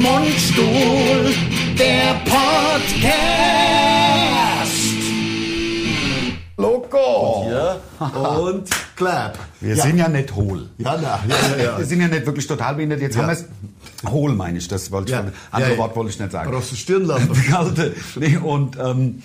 Mundstuhl, der Podcast. Loco! Ja, Und Clap. Wir sind ja nicht hohl. Ja, na, ja, ja, Wir ja. sind ja nicht wirklich total behindert. Jetzt haben wir es. Hohl meine ich, das wollte ich. Ja. von- Andere Ja, ja. Wort wollte ich nicht sagen. Brauchst du Stirnlampe? Kalte. Nee, und ähm,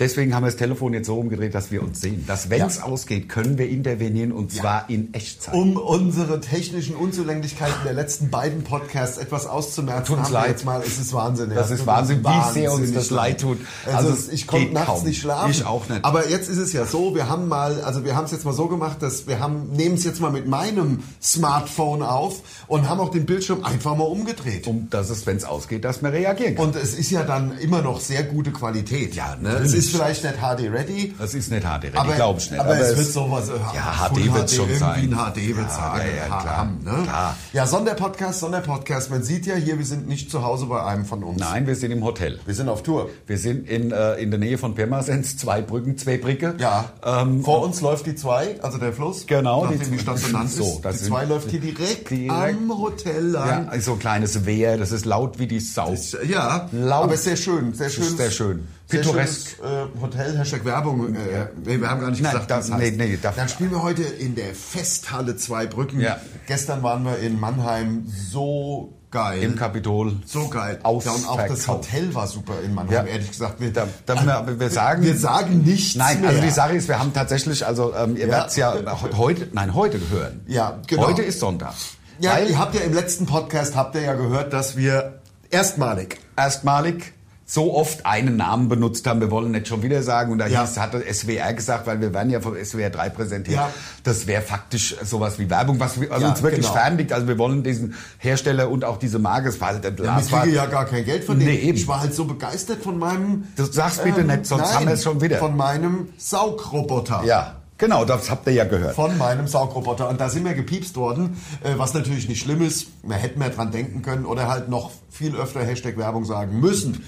deswegen haben wir das Telefon jetzt so umgedreht, dass wir uns sehen. Dass, wenn es ausgeht, können wir intervenieren und zwar in Echtzeit. Um unsere technischen Unzulänglichkeiten der letzten beiden Podcasts etwas auszumerzen, Tut uns haben wir leid. jetzt mal, es ist Wahnsinn. ja. Das ist Tut Wahnsinn, uns wie sehr uns wahnsinnig das leid tut. Also, Also, es ich konnte geht nachts kaum. nicht schlafen. Ich auch nicht. Aber jetzt ist es ja so, wir haben mal, also wir haben es jetzt mal so gemacht, dass wir haben, nehmen es jetzt mal mit meinem Smartphone auf und haben auch den Bildschirm einfach mal umgedreht. Um, dass es, wenn es ausgeht, dass wir reagieren können. Und es ist ja dann immer noch sehr gute Qualität. Ja, ne? Es natürlich. ist vielleicht nicht HD ready, Das ist nicht HD, aber, ich glaube ich nicht. aber, es wird es- sowas. äh, Ja, Full HD wird's schon irgendwie sein. Ein HD wird Ja, sein. ja, ja, ha- klar. haben, ne? Klar. Ja, Sonderpodcast, Sonderpodcast. Man sieht ja hier, wir sind nicht zu Hause bei einem von uns. Nein, wir sind im Hotel. Wir sind auf Tour. Wir sind in, äh, in der Nähe von Pirmasens, zwei Brücken, zwei Bricke. Ja. Ähm, Vor uns läuft die 2, also der Fluss. Genau, Nachdem die die zwei- Stadt benannt So, ist. das Die sind- 2 läuft hier direkt, Direkt. am Hotel ja, lang. so ein kleines Wehr, das ist laut wie die Sau. Ja, ja Laut. aber ist sehr schön. Sehr schön. sehr schön. Pittoresk. Äh, Hotel, Hashtag Werbung. Äh, nee, wir haben gar nicht Nein, gesagt, das- wie es heißt. nee, nee, darf- Dann spielen wir heute in der Festhalle Zweibrücken. Ja. Gestern waren wir in Mannheim. So geil. Im Kapitol. so geil. Aus Ja, und auch das verkauft. Hotel war super in Mannheim, Ja. ehrlich gesagt. Wir, Ah, Da, da, wir, aber wir sagen, Also, wir sagen nichts nein, mehr. also die Sache ist, wir haben tatsächlich, also ähm, ihr werdet's ja he- heute, nein, heute hören. Ja, genau. Heute ist Sonntag. Ja, Weil ihr habt ja im letzten Podcast, habt ihr ja gehört, dass wir erstmalig erstmalig so oft einen Namen benutzt haben, wir wollen nicht schon wieder sagen, und da Ja. hieß, hat das SWR gesagt, weil wir werden ja vom SWR 3 präsentiert. Ja. Das wäre faktisch sowas wie Werbung, was wir, also Ja, uns wirklich genau. fernliegt. Also wir wollen diesen Hersteller und auch diese Marke, es war halt ein Ich Glas, war- kriege ja gar kein Geld von dem. Nee, eben. Ich war halt so begeistert von meinem. Das sag's bitte nicht, sonst haben wir es schon wieder. Ähm, Von meinem Saugroboter. ja, genau, das habt ihr ja gehört. Von meinem Saugroboter. Und da sind wir gepiepst worden, äh, was natürlich nicht schlimm ist. Wir hätten mehr dran denken können oder halt noch viel öfter Hashtag Werbung sagen müssen.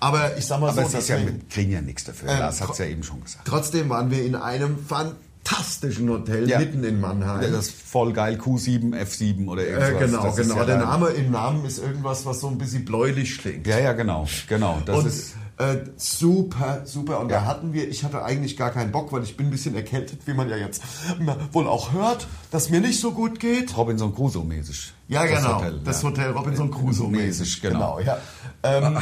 Aber ich sag mal Aber so, es ist ja, deswegen- wir kriegen ja nichts dafür. Ähm, Lars hat's tro- ja eben schon gesagt. trotzdem waren wir in einem fantastischen Hotel Ja. mitten in Mannheim. Ja, das ist voll geil, Q7, F7 oder äh, irgendwas. genau, das ist genau. Ja Der dann- Name im Namen ist irgendwas, was so ein bisschen bläulich klingt. Ja, ja, genau, genau. Das und ist äh, super, super. Und da Ja. hatten wir, ich hatte eigentlich gar keinen Bock, weil ich bin ein bisschen erkältet, wie man ja jetzt wohl auch hört, dass mir nicht so gut geht. Robinson Crusoe-mäßig. Ja, Das genau. Hotel, das ja. Äh, Hotel Robinson Crusoe mäßig, Mäßig, genau. ja. Ähm,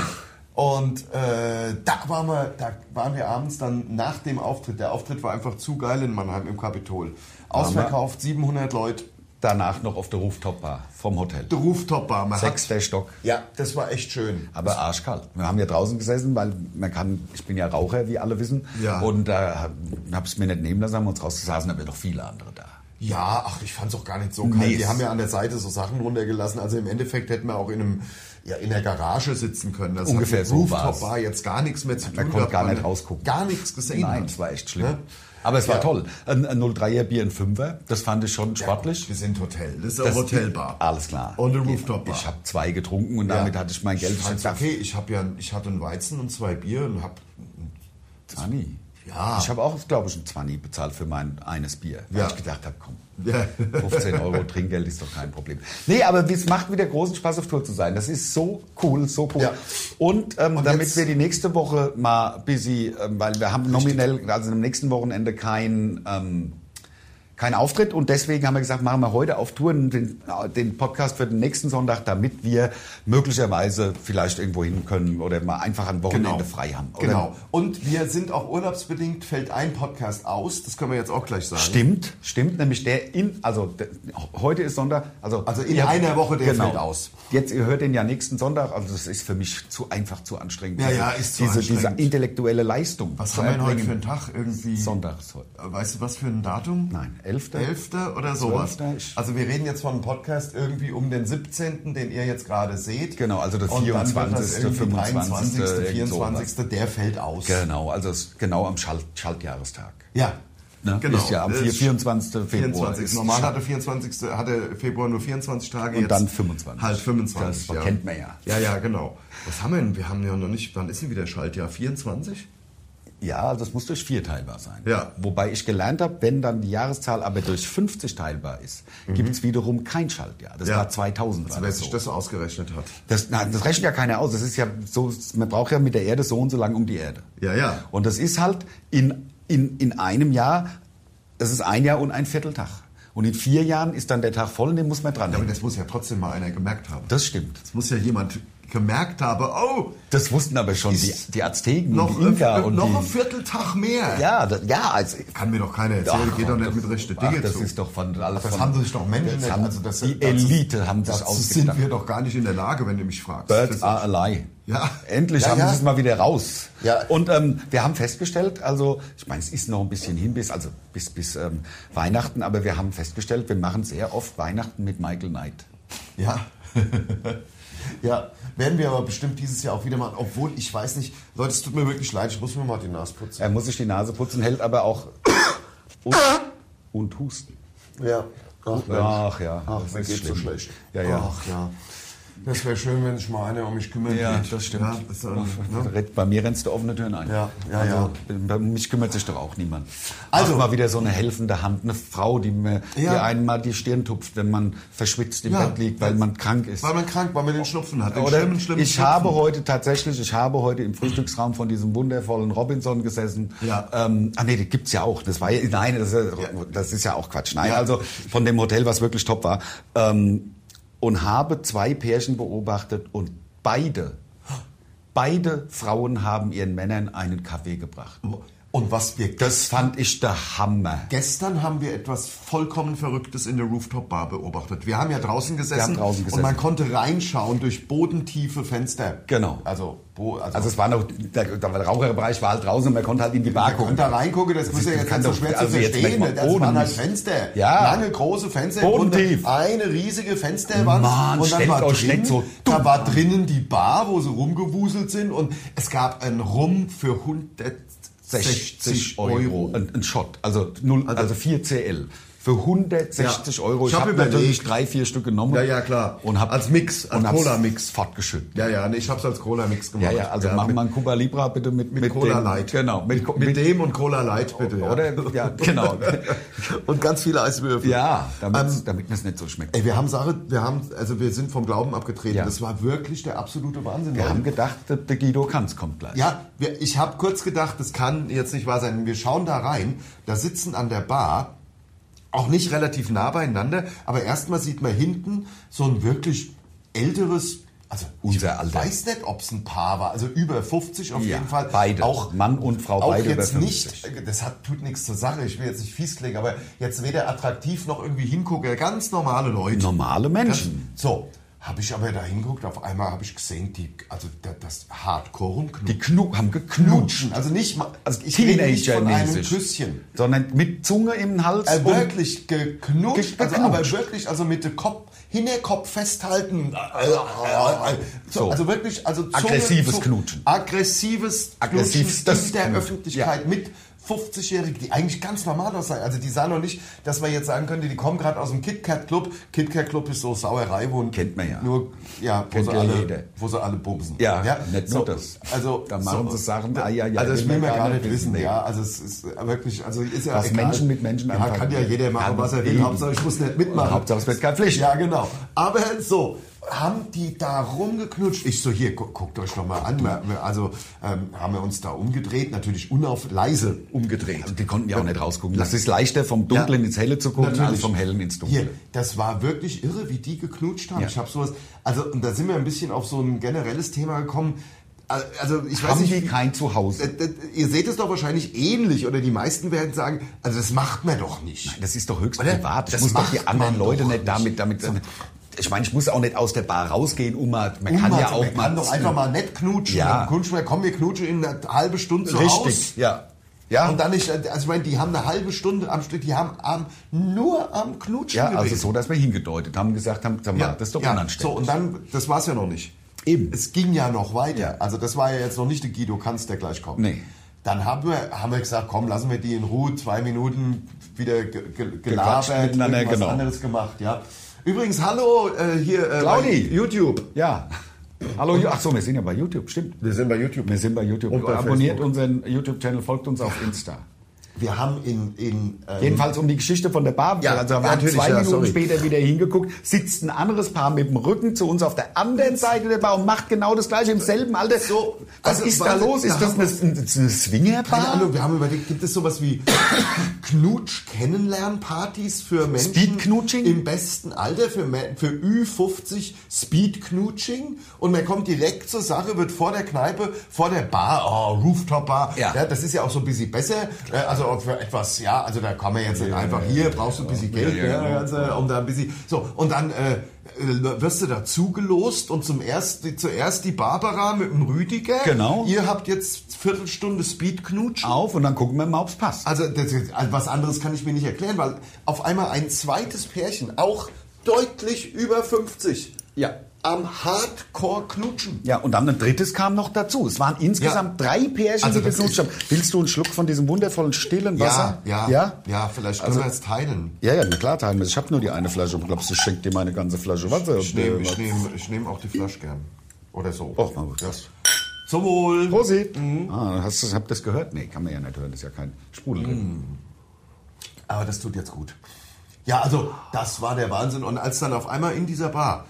und äh, da, waren wir, da waren wir abends dann nach dem Auftritt. Der Auftritt war einfach zu geil in Mannheim im Kapitol. Ausverkauft, 700 Leute, Danach noch auf der Rooftop-Bar vom Hotel. der Rooftop-Bar. Man hat- Sechster Stock. Ja, das war echt schön. Aber arschkalt. Wir haben ja draußen gesessen, weil man kann, ich bin ja Raucher, wie alle wissen. Ja. Und da äh, habe ich es mir nicht nehmen lassen, haben wir uns rausgesessen, aber noch viele andere da. Ja, ach, ich fand's auch gar nicht so kalt. Nee, Die es- haben ja an der Seite so Sachen runtergelassen. Also im Endeffekt hätten wir auch in einem ja, in der Garage sitzen können. Das Ungefähr hat so mit Rooftop war's. war jetzt gar nichts mehr zu tun. Man konnte gehabt, gar weil nicht man rausgucken. Gar nichts gesehen. Nein, hat. es war echt schlimm. Ne? Aber es war Ja. toll. Ein, ein 03er Bier, ein 5er, das fand ich schon sportlich. Wir sind Hotel. Das ist eine Das- Hotelbar. Alles klar. Und eine Rooftop-Bar. Ich habe zwei getrunken und damit Ja. hatte ich mein Geld. Ich fand's dachte, okay, ich, hab ja, ich hatte einen Weizen und zwei Bier und hab. Zwanni. Ja. Ich habe auch, glaube ich, einen Zwanni bezahlt für mein eines Bier. Weil Ja. ich gedacht habe, komm, Ja. 15 Euro Trinkgeld ist doch kein Problem. Nee, aber es macht wieder großen Spaß, auf Tour zu sein. Das ist so cool, so cool. Ja. Und, ähm, Und damit jetzt- wir die nächste Woche mal busy, ähm, weil wir haben nominell, also am nächsten Wochenende kein... Ähm, kein Auftritt und deswegen haben wir gesagt, machen wir heute auf Touren den, den Podcast für den nächsten Sonntag, damit wir möglicherweise vielleicht irgendwo hin können oder mal einfach ein Wochenende frei haben. Oder? Genau. Und wir sind auch urlaubsbedingt, fällt ein Podcast aus. Das können wir jetzt auch gleich sagen. Stimmt, stimmt, nämlich der in, also der, heute ist Sonntag, also, Also in ihr- einer Woche, der fällt aus. Jetzt, ihr hört den ja nächsten Sonntag, also das ist für mich zu einfach, zu anstrengend. Ja, Diese- ja, ist zu diese, anstrengend. Diese intellektuelle Leistung. Was zu haben wir denn heute erbringen. für einen Tag? Irgendwie. äh, Sonntag ist heute. Weißt du, was für ein Datum? Nein, 11. 11. oder sowas. 12. Ich- Also wir reden jetzt von einem Podcast irgendwie um den 17., den ihr jetzt gerade seht. Genau, also der Und dann wird das 24., irgendwie 25., 23., irgend sowas. 24., der fällt aus. Genau, also es ist genau am Schalt, Schaltjahrestag. Ja. Ne? Genau. Ist ja am Das 4, 24. Februar. 24. Ist Normal Schal- hatte 24. hatte Februar nur 24 Tage. Und jetzt dann 25. Halt 25. Das kennt man ja. Ja, ja, genau. Was haben wir denn? Wir haben ja noch nicht. Wann ist denn wieder Schaltjahr? 24? Ja, also es muss durch vier teilbar sein. Ja. Wobei ich gelernt habe, wenn dann die Jahreszahl aber durch 50 teilbar ist, gibt es wiederum kein Schaltjahr. Das Mhm. Ja. Also war 2000. war Wer das sich so. das so ausgerechnet hat. Das, na, das rechnet ja keiner aus. Das ist ja so, man braucht ja mit der Erde so und so lang um die Erde. Ja, ja. Und das ist halt in, in, in einem Jahr, das ist ein Jahr und ein Vierteltag. Und in vier Jahren ist dann der Tag voll und den muss man dran Ja, aber denken. das muss ja trotzdem mal einer gemerkt haben. Das stimmt. Das muss ja jemand gemerkt haben. Oh, Das wussten aber schon die, die Azteken, noch, die Inka ein, und noch ein die... Vierteltag mehr. Ja, das, ja, also... Kann mir doch keiner erzählen. Geht doch nicht mit rechten ach, Dinge das zu. ist doch von... Alles das von, haben sich doch Menschen das nicht- haben, also das- Die das- Elite haben das Dazu sind ausgedacht. wir doch gar nicht in der Lage, wenn du mich fragst. Birds Das- are alive. Ja. Endlich Ja, haben ja. sie es mal wieder raus. Ja. Und ähm, wir haben festgestellt, also ich meine, es ist noch ein bisschen hin bis, also bis, bis ähm, Weihnachten, aber wir haben festgestellt, wir machen sehr oft Weihnachten mit Michael Knight. Ja. ja, werden wir aber bestimmt dieses Jahr auch wieder machen. Obwohl, ich weiß nicht, Leute, es tut mir wirklich leid, ich muss mir mal die Nase putzen. Er muss sich die Nase putzen, hält aber auch und, und husten. Ja. Ach, Ach ja, Ach, das mir ist geht's so schlimm. schlecht. Ja, ja. Ach ja. Das wäre schön, wenn sich mal einer um mich kümmern Ja, würde. das stimmt. Ja, ist dann, ne? Bei mir rennst du offene Türen ein. Also, Ja, ja, Bei mich kümmert sich doch auch niemand. Also Also- mal wieder so eine helfende Hand, eine Frau, die mir die Ja. einem mal die Stirn tupft, wenn man verschwitzt im Ja. Bett liegt, weil man krank ist. Weil man krank, weil man den Schnupfen hat. Den Oder schlimmen, schlimmen ich Schnupfen. habe heute tatsächlich, ich habe heute im Frühstücksraum von diesem wundervollen Robinson gesessen. Ja. Ähm, ah nee, das gibt's ja auch. Das war ja, nein, das ist ja, das ist ja auch Quatsch. Nein, also von dem Hotel, was wirklich top war. Ähm, und habe zwei Pärchen beobachtet und beide, beide Frauen haben ihren Männern einen Kaffee gebracht. Und was wir Das fand ich der Hammer. Gestern haben wir etwas vollkommen Verrücktes in der Rooftop Bar beobachtet. Wir haben ja draußen gesessen, haben draußen gesessen. und man konnte reinschauen durch bodentiefe Fenster. Genau. Also, bo, also, Also es war noch, der, der Raucherbereich war halt draußen und man konnte halt in die Bar man gucken. konnte da reingucken, das, ist ja ist- jetzt kann nicht so doch- schwer also zu jetzt verstehen. merkt man Das ohne waren halt mich. Fenster. Ja. Lange, große Fenster. Bodentief. Eine riesige Fensterwand. Mann, und dann stellt war, euch drin, nicht so da dumm war drinnen die Bar, wo sie rumgewuselt sind. Und es gab einen Rum für 160 Euro. Ein, ein Shot, also, 0, also, 4 CL. Für 160 Ja. Euro. Ich hab hab überlegt. natürlich drei, vier Stück genommen. Ja, ja, klar. Und hab, Als Mix, als und hab's Cola-Mix. fortgeschüttet. Ja, ja, nee, ich hab's als Cola-Mix gemacht. Ja, ja, also machen wir mit- einen Cuba Libra bitte mit, mit Cola dem- Light. Genau, mit, mit, dem und Cola Light bitte. Ja. Oder? Ja, genau. Und ganz viele Eiswürfel. ja, damit Ähm, damit es nicht so schmeckt. Ey, wir haben Sache, wir haben, also wir sind vom Glauben abgetreten. Ja. Das war wirklich der absolute Wahnsinn. Wir Leute. haben gedacht, der der Guido Kanz kommt gleich. ja, wir, ich habe kurz gedacht, das kann jetzt nicht wahr sein. Wir schauen da rein, da sitzen an der Bar, auch nicht relativ nah beieinander, aber erstmal sieht man hinten so ein wirklich älteres, also Unser ich Alter. weiß nicht, ob es ein Paar war, also über 50 auf Ja, jeden Fall. Beide. Auch Mann und Frau, auch beide jetzt über 50. nicht, das hat, tut nichts zur Sache, ich will jetzt nicht fies klingen, aber jetzt weder attraktiv noch irgendwie hingucken, ganz normale Leute. Normale Menschen. Ganz- So, habe ich aber da hingeguckt, auf einmal habe ich gesehen, die, also da- das Hardcore rumknutschen. Die knu haben geknutscht. Also nicht mal, Also ich rede nicht von einem Teenager-mäßig. Küsschen. Sondern mit Zunge im Hals. Äh, und- wirklich geknutscht, Geknutscht. also, aber wirklich, also mit dem Kopf, Hinterkopf festhalten. Äh, äh, äh, So, So. also wirklich, also Zunge Aggressives zu- Knutschen. Aggressives Aggressives Knutschen das in der Knutschen. Öffentlichkeit mit 50-Jährigen, die eigentlich ganz normal aussehen. Also die sahen noch nicht, dass man jetzt sagen könnte, die kommen gerade aus dem KitKat-Club. KitKat-Club ist so Sauerei, wo Kennt man ja. Nur, ja, wo Kennt sie, ja jeder. alle, wo sie alle bumsen. Ja, nicht so, nur das. Also, Da machen sie Sachen, ah, ja, ja, also das will will man man gar gar nicht nicht wissen, wissen, ja. Also es ist wirklich, also ist ja Was egal. Menschen mit Menschen ja, anfangen. kann ja jeder machen, Kann was er will. eben. Hauptsache, ich muss nicht mitmachen. Und Hauptsache, es wird keine Pflicht. Ja, genau. Aber so, haben die da rumgeknutscht? Ich so, hier, gu guckt euch doch mal an. Wir- wir- Also ähm, haben wir uns da umgedreht, natürlich unauf leise umgedreht. Die konnten ja auch nicht rausgucken. Das ist leichter, vom Dunklen ins Helle zu gucken, als vom Hellen ins Dunkle. Hier, das war wirklich irre, wie die geknutscht haben. Ja. Ich habe sowas, also und da sind wir ein bisschen auf so ein generelles Thema gekommen. Also ich weiß Haben nicht, die wie- kein Zuhause? das- das- Äh, Ihr seht es doch wahrscheinlich ähnlich oder die meisten werden sagen, also das macht man doch nicht. Das ist doch höchst Oder? privat. Ich Das muss doch macht die anderen man Leute doch nicht damit, damit. Ich meine, ich muss auch nicht aus der Bar rausgehen, um mal. Man Um kann mal ja zu- auch man kann doch einfach mal nett knutschen. Ja. Dann knutschen wir, komm, wir knutschen in einer halben Stunde zu Richtig, Haus. ja. Ja, Und dann nicht, also ich meine, die haben eine halbe Stunde am Stück, die haben am, nur am Knutschen ja also gewesen. so, dass wir hingedeutet haben, gesagt haben, sag mal, das ist doch So, unanständig. und dann, das war's ja noch nicht. Eben. Es ging ja noch weiter. Also das war ja jetzt noch nicht der Guido Kanz, der gleich kommt. Nee. Dann haben wir, haben wir gesagt, komm, lassen wir die in Ruhe, zwei Minuten wieder ge ge Gequatscht gelabert, miteinander, irgendwas genau. anderes gemacht, ja. Übrigens, hallo, äh, hier äh, Claudi. bei YouTube. ja. Hallo, Ju- ach so, wir sind ja bei YouTube, stimmt. Wir sind bei YouTube. Wir sind bei YouTube. Und bei Abonniert Facebook. Also- unseren YouTube-Channel, folgt uns auf Insta. Wir haben in, in ähm, Jedenfalls um die Geschichte von der Bar. Ja, also wir haben natürlich, zwei ja, Minuten sorry. später wieder hingeguckt, sitzt ein anderes Paar mit dem Rücken zu uns auf der anderen Seite der Bar und macht genau das gleiche im selben Alter. So, was also, ist da warte, los? da Ist das haben eine, eine Swingerbar? keine Ahnung, wir haben überlegt, gibt es sowas wie Knutsch-Kennenlernpartys für Menschen Speed-Knutsching? im besten Alter, für, Me- für Ü50 Speed-Knutsching und man kommt direkt zur Sache, wird vor der Kneipe, vor der Bar, oh, Rooftop-Bar, Ja. das ist ja auch so ein bisschen besser, Äh, also auch für etwas, ja, also da kann man jetzt nicht einfach, hier brauchst du ein bisschen Geld, ja, genau. ne, also, um da ein bisschen, so, und dann äh, äh, wirst du dazu gelost und zum erst, zuerst die Barbara mit dem Rüdiger. Genau. Ihr habt jetzt Viertelstunde Speed-Knutschen. auf und dann gucken wir mal, ob's passt. Also das, ist- also was anderes kann ich mir nicht erklären, weil auf einmal ein zweites Pärchen, auch deutlich über 50, Ja. am Hardcore knutschen. Ja, und dann ein drittes kam noch dazu. Es waren insgesamt drei Pärchen, Also die das geknutscht ist- haben. Willst du einen Schluck von diesem wundervollen stillen Wasser? ja, ja, Also ja. ja, vielleicht können wir es teilen. Ja, ja, na klar, teilen wir es. Ich habe nur die eine Flasche. Glaubst du, ich schenke dir meine ganze Flasche Wasser? Äh, Ich nehme ich nehm, ich nehm auch die Flasche gern. Oder so. Och, mal was. Zum Wohl. Prosit! Mhm. Ah, hast du, habt das gehört? Nee, kann man ja nicht hören. Das ist ja kein Sprudel. Mhm. drin. Aber das tut jetzt gut. Ja, also das war der Wahnsinn. Und als dann auf einmal in dieser Bar,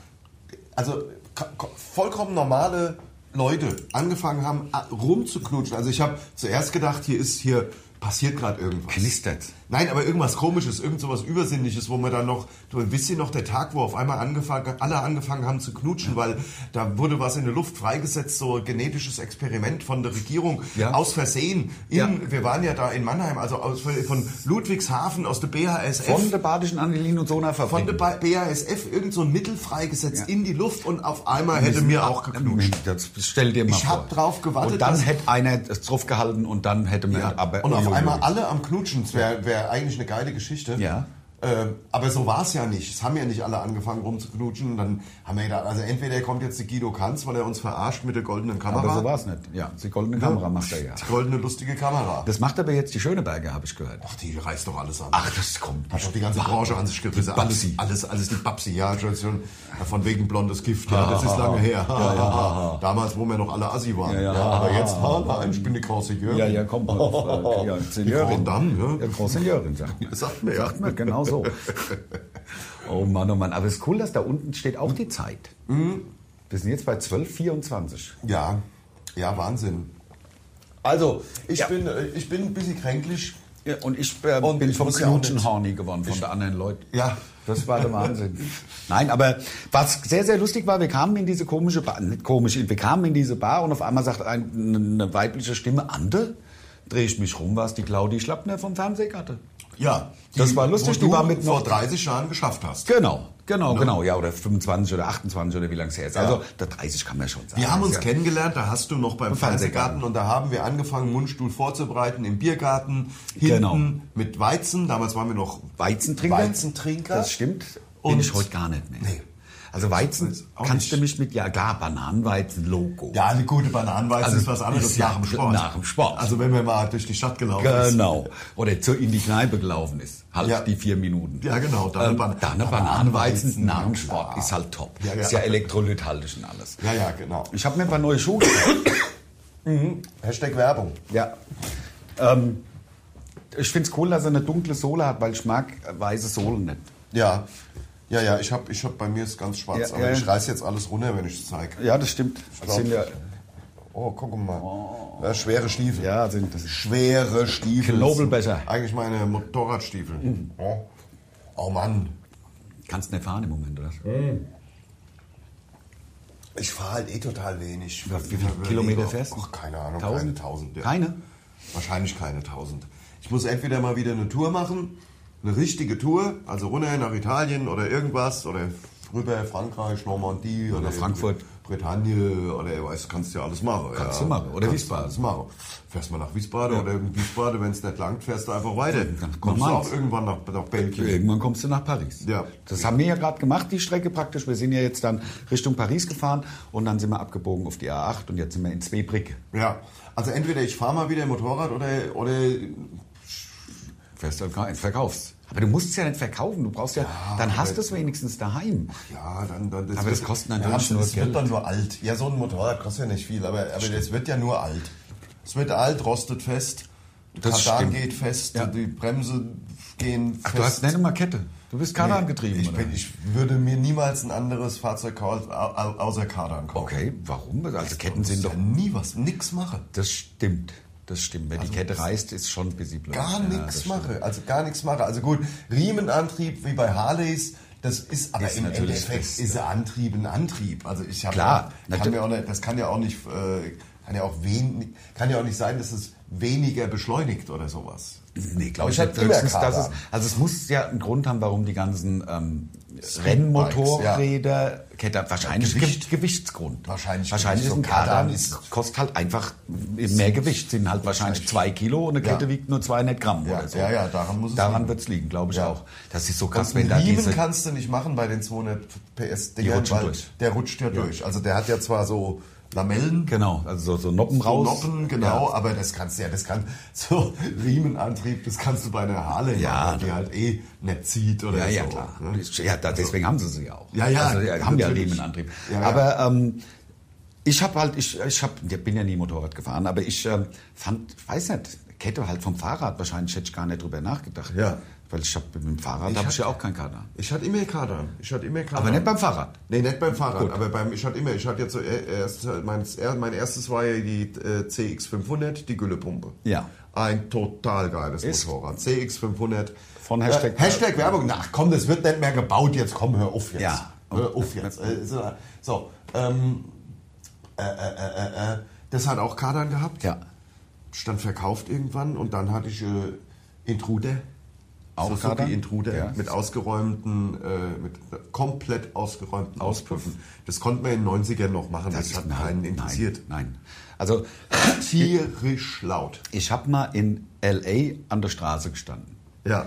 also ka- ko- vollkommen normale Leute angefangen haben a- rumzuknutschen. Also ich habe zuerst gedacht, hier ist hier passiert gerade irgendwas. Knistert. Nein, aber irgendwas Komisches, irgend sowas Übersinnliches, wo man dann noch, du wisst ihr noch, der Tag, wo auf einmal angefangen, alle angefangen haben zu knutschen, weil da wurde was in der Luft freigesetzt, so ein genetisches Experiment von der Regierung Ja. aus Versehen. In, Ja. Wir waren ja da in Mannheim, also aus, von Ludwigshafen aus der BHSF. Von der badischen Annelien und Sona von der Fabrik. Ba- BASF irgend so ein Mittel freigesetzt Ja. in die Luft und auf einmal hätte mir auch geknutscht. Das stell dir mal Ich vor. hab drauf gewartet, Und dann dass- hätte einer das drauf gehalten und dann hätte man. halt Ja. Aber, und auf Uiuiui. einmal alle am Knutschen, das wäre wär eigentlich eine geile Geschichte. Ja. Ähm, aber so war es ja nicht. Es haben ja nicht alle angefangen rumzuknutschen. Und dann haben wir gedacht, also entweder kommt jetzt der Guido Kanz, weil er uns verarscht mit der goldenen Kamera. Aber so war es nicht. Ja, die goldene Kamera macht er ja. Die goldene lustige Kamera. Das macht aber jetzt die Schöneberger, habe ich gehört. Ach, die reißt doch alles an. Ach, das kommt. Hat doch die ganze Branche an sich gerissen. Alles, Babsi. alles, alles die Babsi, ja, schon- schon. Ja, Von wegen blondes Gift, ja, das ist lange her. Damals, wo wir noch alle Assi waren. Ja, ja. aber jetzt, ha, nein, ich bin eine große Jürgen. Ja, ja, komm. äh, Ja, Die Grand Dame, ja. ja. Seniorin, sagt man. Das sagt mir ja. Sagt man, genau so. Oh Mann, oh Mann. Aber es ist cool, dass da unten steht auch die Zeit. Wir sind jetzt bei 12.24. Ja, ja, Wahnsinn. Also, ich, bin, äh, ich bin ein bisschen kränklich. Ja, und ich äh, Und bin ich vom muss ja auch Knutschen nicht. horny geworden, von den anderen Leuten. Ja. Das war der Wahnsinn. Nein, aber was sehr, sehr lustig war, wir kamen in diese komische Bar, nicht komisch, wir kamen in diese Bar und auf einmal sagt ein, eine weibliche Stimme, Ande, drehe ich mich rum, war es die Claudi Schlappner vom Fernsehgatte. Ja, Das war lustig, die wo du war mit vor noch- 30 Jahren geschafft hast. Genau, genau, genau, ja, oder 25 oder 28 oder wie lange es her ist. Ja. Also, da 30 kann man schon sagen. Wir haben uns ja. kennengelernt, da hast du noch beim Fernsehgarten. Fernsehgarten und da haben wir angefangen, Mundstuhl vorzubereiten im Biergarten, hinten Genau. mit Weizen, damals waren wir noch Weizentrinker? Weizentrinker. Das stimmt. Und- bin ich heute gar nicht mehr. Nee. Also Weizen Weiß auch kannst du nicht. mich mit, ja klar, Bananenweizen, Logo. Ja, eine gute Bananenweizen Also, ist was anderes ist ja nach dem Sport. nach dem Sport. Also wenn man mal durch die Stadt gelaufen ist. Genau. Oder zur in die Kneipe gelaufen ist. Halt Ja. die vier Minuten. Ja, genau. Da Dann eine eine, ähm, Ban- da eine Bananenweizen, Bananenweizen nach dem ja, Sport klar. ist halt top. Ja, ja. Ist ja elektrolythaltig und alles. Ja, ja, genau. Ich habe mir ein paar neue Schuhe gekauft. Hashtag Werbung. ja. Ähm, ich finde es cool, dass er eine dunkle Sohle hat, weil ich mag äh, weiße Sohlen nicht. Ja, ja, ja, ich hab, ich hab bei mir ist ganz schwarz, Ja, aber ja. ich reiß jetzt alles runter, wenn ich es zeige. Ja, das stimmt. Das sind ja, Oh, guck mal. Ja, schwere Stiefel. Oh. ja, sind das. Schwere Stiefel. Knobelbecher. Mhm. Eigentlich meine Motorradstiefel. Oh. oh Mann. Kannst nicht fahren im Moment, oder? Hm? Ich fahre halt eh total wenig. Ja, wie viele Ich überlege, Kilometer fährst du? Ach, keine Ahnung, Tausend? keine tausend. Keine? Wahrscheinlich keine 1000. Ich muss entweder mal wieder eine Tour machen, eine richtige Tour, also runter nach Italien oder irgendwas oder rüber Frankreich, Normandie oder, Frankfurt. irgendwie Bretagne oder weißt, kannst du ja alles machen. Kannst ja. du machen. Oder kannst Wiesbaden. Du alles machen. Fährst mal nach Wiesbaden oder in Wiesbaden, wenn es nicht langt, fährst du einfach weiter. nach Kommst du Mainz. auch irgendwann nach, nach Belgien. Irgendwann kommst du nach Paris. Ja. Das haben wir ja gerade gemacht, die Strecke praktisch. Wir sind ja jetzt dann Richtung Paris gefahren und dann sind wir abgebogen auf die A8 und jetzt sind wir in Zweebrück. Ja, also entweder ich fahre mal wieder Motorrad oder, oder Fährst halt gar- verkaufst. Aber du musst es ja nicht verkaufen. Du brauchst ja, dann hast du es wenigstens daheim. Ja, dann, dann Aber das kostet ja, natürlich nur Das Geld. wird dann nur alt. Ja, so ein Motorrad kostet ja nicht viel, aber, aber das wird ja nur alt. Es wird alt, rostet fest, Das Kardan stimmt. geht fest, Ja. die Bremse gehen fest. Ach, du hast nicht immer Kette. Du bist Kardan getrieben, ich, oder? bin, ich würde mir niemals ein anderes Fahrzeug kaufen, au- au- außer Kardan kaufen. okay, warum? Also Ketten Und sind sind doch... ja nie was, nix mache. Das stimmt. Das stimmt. Wenn die Kette reißt, ist schon ein bisschen blöd. Also Gar Ja, das nichts stimmt. mache. Also gar nichts mache. Also gut, Riemenantrieb wie bei Harleys, das ist aber Ist im natürlich Endeffekt fest, ist ein Antrieb ein Antrieb. Also ich habe Klar, kann natürlich. mir auch nicht, das kann ja auch nicht äh, kann ja auch wen, kann ja auch nicht sein, dass es weniger beschleunigt oder sowas. Nee, glaube Ich ich hab nicht. immer Höchstens, Kader. dass es, also es muss ja einen Grund haben, warum die ganzen ähm, Rennmotorräder, Kette, wahrscheinlich Gewicht. Gewicht. Gewichtsgrund. Wahrscheinlich wahrscheinlich Gewicht. ist ein So ein Kardan Kardan, ist- ist, kostet halt einfach mehr Gewicht, sind halt wahrscheinlich zwei Kilo und eine Ja. Kette wiegt nur 200 Gramm Ja, oder so. ja, ja, daran muss es Daran liegen. wird es liegen, glaube ich Ja. auch. Das ist so Das krass, wenn Riemen da diese... kannst du nicht machen bei den 200 PS Die Dingern, rutschen weil durch. der rutscht ja, durch. Also der hat ja zwar so Lamellen Genau, also so, so Noppen so raus. Noppen, genau, aber das kannst du ja, das kann so Riemenantrieb, das kannst du bei einer Harley Ja, machen, die ne. halt eh nicht zieht oder Ja, so. ja, klar. Ne? Also, Ja, da, deswegen haben sie sie ja auch. Ja, ja, Also, ja haben ja natürlich. Riemenantrieb. Ja, ja. aber ähm, ich habe halt, ich, ich hab, ich bin ja nie Motorrad gefahren, aber ich ähm, fand, ich weiß nicht, Kette halt vom Fahrrad, wahrscheinlich hätte ich gar nicht drüber nachgedacht. Ja. Weil ich habe mit dem Fahrrad, Ich habe ich ja hab- auch keinen Kader. Ich hatte immer Kader. Ich hatte immer Kader. Aber nicht beim Fahrrad. Nee, nicht beim Fahrrad, aber beim, ich hatte immer, ich hatte jetzt so äh, erst, mein, mein erstes war ja die äh, CX500, die Güllepumpe. Ja. Ein total geiles Ist- Motorrad. CX500. Von Hashtag- äh, Hashtag Werbung. Na komm, das wird nicht mehr gebaut, jetzt komm, hör auf jetzt. Ja. Hör auf jetzt. Äh, so, so ähm, äh, äh, äh, äh, äh, das hat auch Kadern gehabt. Ja. Stand verkauft irgendwann und dann hatte ich äh, Intruder. Auch Suzuki Kadern? Intruder Ja. mit ausgeräumten, äh, mit komplett ausgeräumten Auspuffen. Das konnte man in den 90ern noch machen, das, hat nein, keinen interessiert. Nein, nein. Also, Tierisch laut. ich habe mal in L.A. an der Straße gestanden. Ja.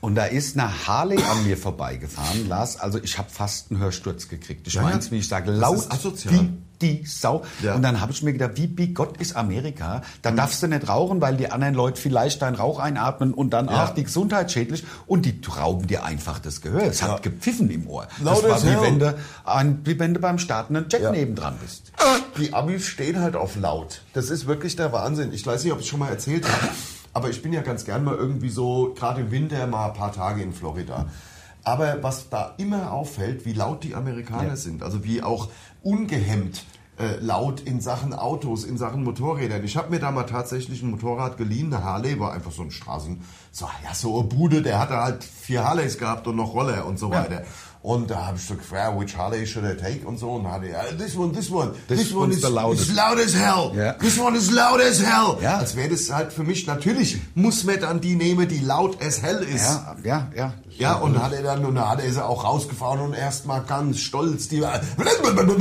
Und da ist eine Harley an mir vorbeigefahren, Lars. Also ich habe fast einen Hörsturz gekriegt. Ich Ja, ja. mein's, wie ich sage, Das laut ist asozial. wie die Sau. Ja. Mhm. Und dann habe ich mir gedacht, wie bigott ist Amerika? Da darfst du nicht rauchen, weil die anderen Leute vielleicht deinen Rauch einatmen und dann Ja. auch die gesundheitsschädlich. Und die rauben dir einfach das Gehör. Es Ja. hat gepfiffen im Ohr. Laut as das war hell. wie wenn, du, ein, wie wenn du beim Starten einen Jack nebendran bist. Die Amis stehen halt auf laut. Das ist wirklich der Wahnsinn. Ich weiß nicht, ob ich es schon mal erzählt habe, aber ich bin ja ganz gern mal irgendwie so, gerade im Winter, mal ein paar Tage in Florida. Aber was da immer auffällt, wie laut die Amerikaner Ja. sind, also wie auch ungehemmt äh, laut in Sachen Autos, in Sachen Motorrädern. Ich habe mir da mal tatsächlich ein Motorrad geliehen, eine Harley, war einfach so ein Straßen, so, ja, so eine Bude, der hatte halt vier Harleys gehabt und noch Roller und so weiter. Und da habe ich so gefragt, which Harley should I take und so. Und dann hatte er, "Ah, this one, this one, This This one one's is the loudest. is loud as hell. Ja. This one is loud as hell. Ja. Als wäre das halt für mich natürlich, muss man dann die nehmen, die laut as hell ist. Ja. Ja, ja, ja. und hat er dann, und da hat er sie auch rausgefahren und erstmal ganz stolz die,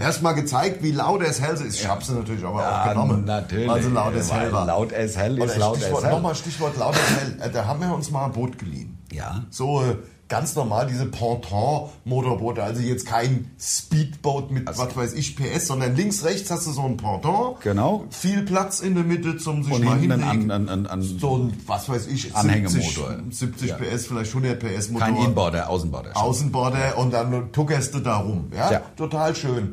erstmal gezeigt, wie laut as hell sie ist. Ich hab's natürlich aber auch Ja, genommen. natürlich. Also laut as Weil hell war. laut as hell ist Oder laut as Stichwort, hell. Nochmal Stichwort laut as hell. Äh, Da haben wir uns mal ein Boot geliehen. Ja. So äh, ganz normal diese Ponton-Motorboote, also jetzt kein Speedboat mit Also was weiß ich PS, sondern links rechts hast du so ein Ponton. Genau. Viel Platz in der Mitte zum sich Und mal hinten hinlegen. an, an, an, an so ein was weiß ich 70, Anhängemotor. 70 Ja. PS, vielleicht 100 PS Motor. kein Inborder, Außenborder. Außenborder und dann tuckerst du da rum. Ja? Ja. Total schön.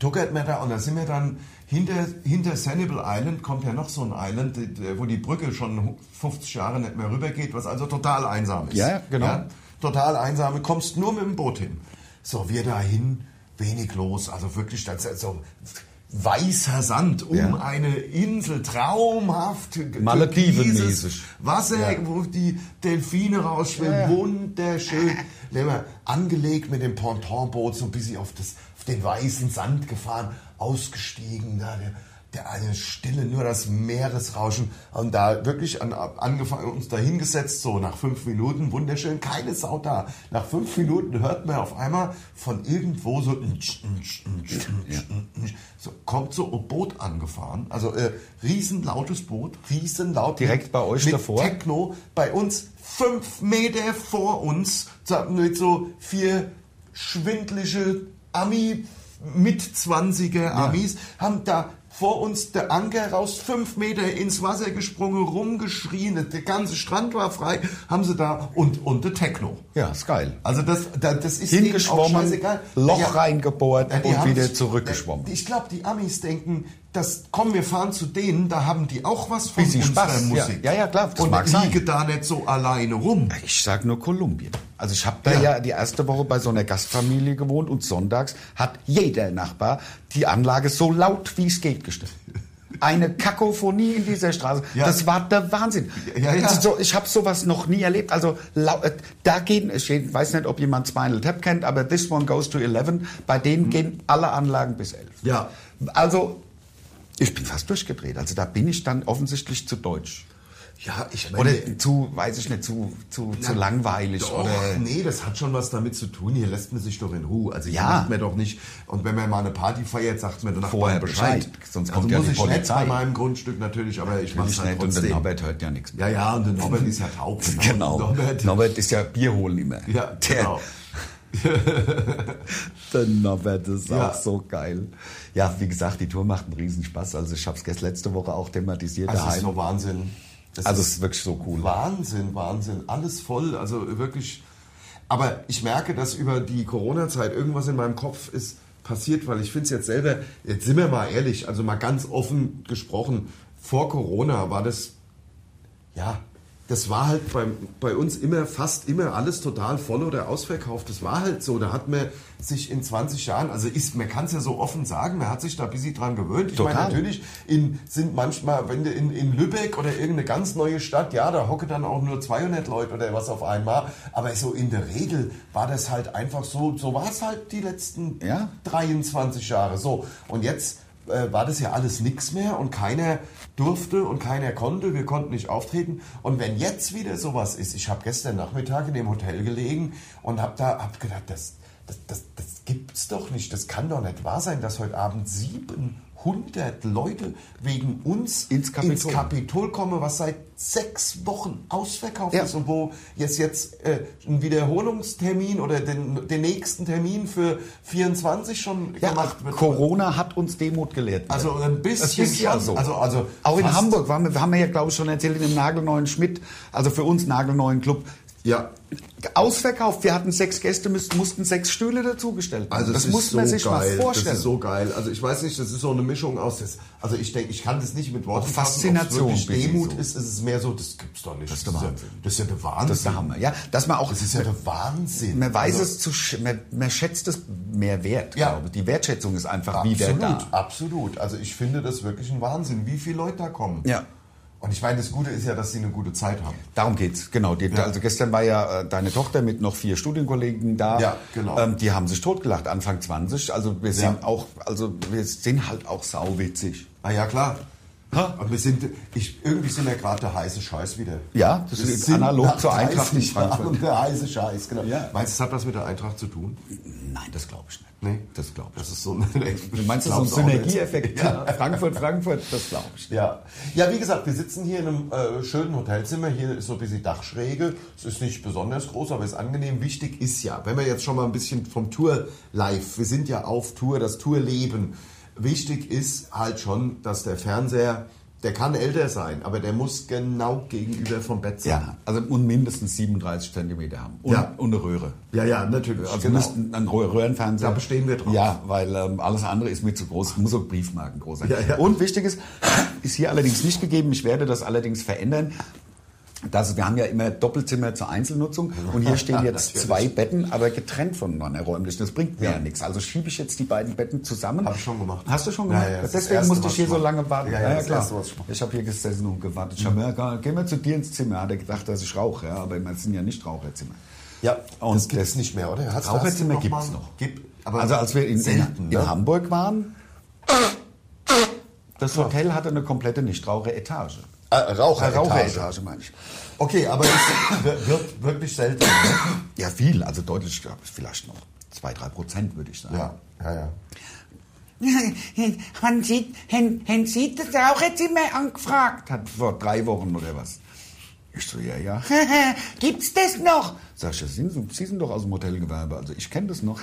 Tuckert man da und da sind wir dann hinter, hinter Sanibel Island kommt ja noch so ein Island, die- die- wo die Brücke schon 50 Jahre nicht mehr rübergeht, was also total einsam ist. Ja, genau. Total einsam, du kommst nur mit dem Boot hin. So, wir dahin, wenig los, also wirklich das ist so weißer Sand um Ja. eine Insel, traumhaft. Malediven-mäßig. türkises Wasser, Ja. wo die Delfine rausschwimmen, wunderschön. Nehmen wir, angelegt mit dem Pontonboot, so ein bisschen auf, das, auf den weißen Sand gefahren, ausgestiegen, da der, der eine Stille, nur das Meeresrauschen und da wirklich an, angefangen, uns da hingesetzt, so nach fünf Minuten, wunderschön, keine Sau da. Nach fünf Minuten hört man auf einmal von irgendwo so, "Ntsch, ntsch, ntsch, ntsch, ntsch." so kommt so ein Boot angefahren, also äh, riesenlautes Boot, riesenlaut. Direkt bei euch mit davor? Tech Techno bei uns fünf Meter vor uns so- mit so vier schwindlische Ami mit 20er Amis haben da vor uns der Anker raus, fünf Meter ins Wasser gesprungen, rumgeschrien, der ganze Strand war frei, haben sie da und, und der Techno. Ja, ist geil. Also das, das, das ist denen auch Hingeschwommen, scheißegal. Loch Ja. reingebohrt Ja, die und haben wieder sich- zurückgeschwommen. Ich glaube, die Amis denken, dass komm, wir fahren zu denen, da haben die auch was von Bisschen unserer Spaß, ja. Musik. Ja, ja, klar, das und mag sein. liege da nicht so alleine rum. Ich sag nur Kolumbien. Also ich habe da Ja. ja. die erste Woche bei so einer Gastfamilie gewohnt und sonntags hat jeder Nachbar die Anlage so laut wie es geht gestellt. Eine Kakophonie in dieser Straße. Ja. Das war der Wahnsinn. Ja, ja. So, ich habe sowas noch nie erlebt. Also lau- äh, da gehen, ich weiß nicht, ob jemand Spinal Tap kennt, aber This One Goes to 11. Bei Hm. denen gehen alle Anlagen bis 11. Ja. Also ich bin fast durchgedreht. Also da bin ich dann offensichtlich zu deutsch. Ja, ich meine, Oder zu, weiß ich nicht, zu, zu, zu langweilig. Doch, oder nee, das hat schon was damit zu tun. Hier lässt man sich doch in Ruhe. Also hier Ja. macht man doch nicht. Und wenn man mal eine Party feiert, sagt man danach Vorher Bescheid. Bescheid, sonst also kommt ja muss die ich nicht Polizei. bei meinem Grundstück natürlich, aber ich mache Bin ich es halt nett und der trotzdem. Norbert hört ja nichts. ja, ja, und der Norbert ist ja taub. Genau. Norbert, Norbert. ist ja Bier holen immer. ja, der, genau. der Norbert ist Ja. auch so geil. Ja, wie gesagt, die Tour macht einen Riesenspaß. Also ich habe es gestern letzte Woche auch thematisiert Also das ist daheim. nur Wahnsinn. Das also ist es ist wirklich so cool. Wahnsinn, Wahnsinn. Alles voll. Also wirklich. Aber ich merke, dass über die Corona-Zeit irgendwas in meinem Kopf ist passiert, weil ich finde es jetzt selber, jetzt sind wir mal ehrlich, also mal ganz offen gesprochen, vor Corona war das, ja, das war halt bei, bei uns immer, fast immer alles total voll oder ausverkauft. Das war halt so. Da hat man sich in 20 Jahren, also ist, man kann es ja so offen sagen, man hat sich da ein bisschen dran gewöhnt. Ich meine, Total. natürlich natürlich in, sind manchmal, wenn du in, in Lübeck oder irgendeine ganz neue Stadt, ja, da hocke dann auch nur 200 Leute oder was auf einmal. Aber so in der Regel war das halt einfach so, so war es halt die letzten Ja. 23 Jahre. So, und jetzt äh, war das ja alles nichts mehr und keiner durfte und keiner konnte, wir konnten nicht auftreten. Und wenn jetzt wieder sowas ist, ich habe gestern Nachmittag in dem Hotel gelegen und habe da hab gedacht, das, das, das, das gibt's doch nicht, das kann doch nicht wahr sein, dass heute Abend 700 Leute wegen uns Ins Kapitol. Kapitol komme, was seit sechs Wochen ausverkauft Ja. ist und wo jetzt jetzt äh, ein Wiederholungstermin oder den, den nächsten Termin für 24 schon Ja, gemacht wird. Corona hat uns Demut gelehrt. Also ein Es bisschen ist ja schon. so. Also, also auch in fast- Hamburg waren wir, haben wir ja, glaube ich, schon erzählt, in dem nagelneuen Schmidt, also für uns nagelneuen Club. Ja, Ausverkauft, wir hatten sechs Gäste, müssten, mussten sechs Stühle dazugestellt werden. also das das muss ist so man sich geil. mal vorstellen. Das ist so geil. Also ich weiß nicht, das ist so eine Mischung aus. Das, also ich denke, ich kann das nicht mit Worten Auch fassen, ob's Faszination, wirklich bisschen Demut so. ist, ist es mehr so, das gibt's doch nicht. Das ist der Wahnsinn. ja- Das ist ja der Wahnsinn. Das ist der Hammer, ja. Dass man auch, Das ist ja der Wahnsinn. man weiß Also- es zu, sch- man, man schätzt es mehr wert, Ja. glaube ich. Die Wertschätzung ist einfach wieder Absolut, da. absolut. Also ich finde das wirklich ein Wahnsinn, wie viele Leute da kommen. Ja. Und ich meine, das Gute ist ja, dass sie eine gute Zeit haben. Darum geht's, genau. Die, Ja. Also gestern war ja äh, deine Tochter mit noch vier Studienkollegen da. Ja, genau. Ähm, die haben sich totgelacht, Anfang 20. Also wir sind Ja. auch, also wir sind halt auch sauwitzig. Ah ja, klar. Ha? Und wir sind, ich, irgendwie sind wir gerade der heiße Scheiß wieder. Ja, das Wir ist sind analog nach zur Eintracht in 30 Jahren Frankfurt. Der heiße Scheiß, genau. Ja. Meinst du, das hat was mit der Eintracht zu tun? Nein, das glaube ich nicht. Nee. Das glaube ich. Das ist so ein, Du meinst, das ist so ein Synergieeffekt? Ja. Frankfurt, Frankfurt, das glaube ich. Ja. ja, wie gesagt, wir sitzen hier in einem äh, schönen Hotelzimmer. Hier ist so ein bisschen Dachschräge. Es ist nicht besonders groß, aber ist angenehm. Wichtig ist ja, wenn wir jetzt schon mal ein bisschen vom Tour live, wir sind ja auf Tour, das Tourleben. Wichtig ist halt schon, dass der Fernseher, der kann älter sein, aber der muss genau gegenüber vom Bett sein. Ja, also und mindestens 37 Zentimeter haben. Und, Ja. und eine Röhre. Ja, ja, natürlich. Also genau. müssten ein Röhr- Röhrenfernseher. Da bestehen wir drauf. Ja, weil ähm, alles andere ist mir zu groß. Muss auch Briefmarken groß sein. Ja, ja. Und wichtig ist, ist hier allerdings nicht gegeben. Ich werde das allerdings verändern. Das, wir haben ja immer Doppelzimmer zur Einzelnutzung und hier stehen jetzt Natürlich. zwei Betten, aber getrennt voneinander räumlich. Das bringt mir ja, Ja. nichts. Also schiebe ich jetzt die beiden Betten zusammen. Hab ich schon gemacht. Hast du schon Ja, gemacht? ja, das ist das Deswegen Erste, musste was ich hier ich so mach. lange warten. Ja, ja, das Erste, was ich mach. Ich habe hier gesessen und gewartet. Ich Mhm. habe mir ja, gehen wir zu dir ins Zimmer. Hat er gedacht, dass ich rauche, ja, aber wir sind ja nicht Raucherzimmer. Ja, Und das gibt es das- nicht mehr, oder? Hast- Raucherzimmer hast du gibt's mal- noch. Gibt, aber also als wir in, selten, in, ne? in Hamburg waren, das Hotel hatte eine komplette Nichtraucheretage. Äh, Raucheretage. Raucheretage meine ich. Okay, aber es wird- wird wirklich selten. Ne? Ja, viel, also deutlich, glaub ich, vielleicht noch zwei, drei Prozent würde ich sagen. Ja, ja, ja. Man sieht, hen, hen sieht das Raucherzimmer angefragt, hat vor drei Wochen oder was. Ich so, ja, ja. Gibt's das noch? Sag ich, ja, Sie, sind- Sie sind doch aus dem Hotelgewerbe, also ich kenne das noch.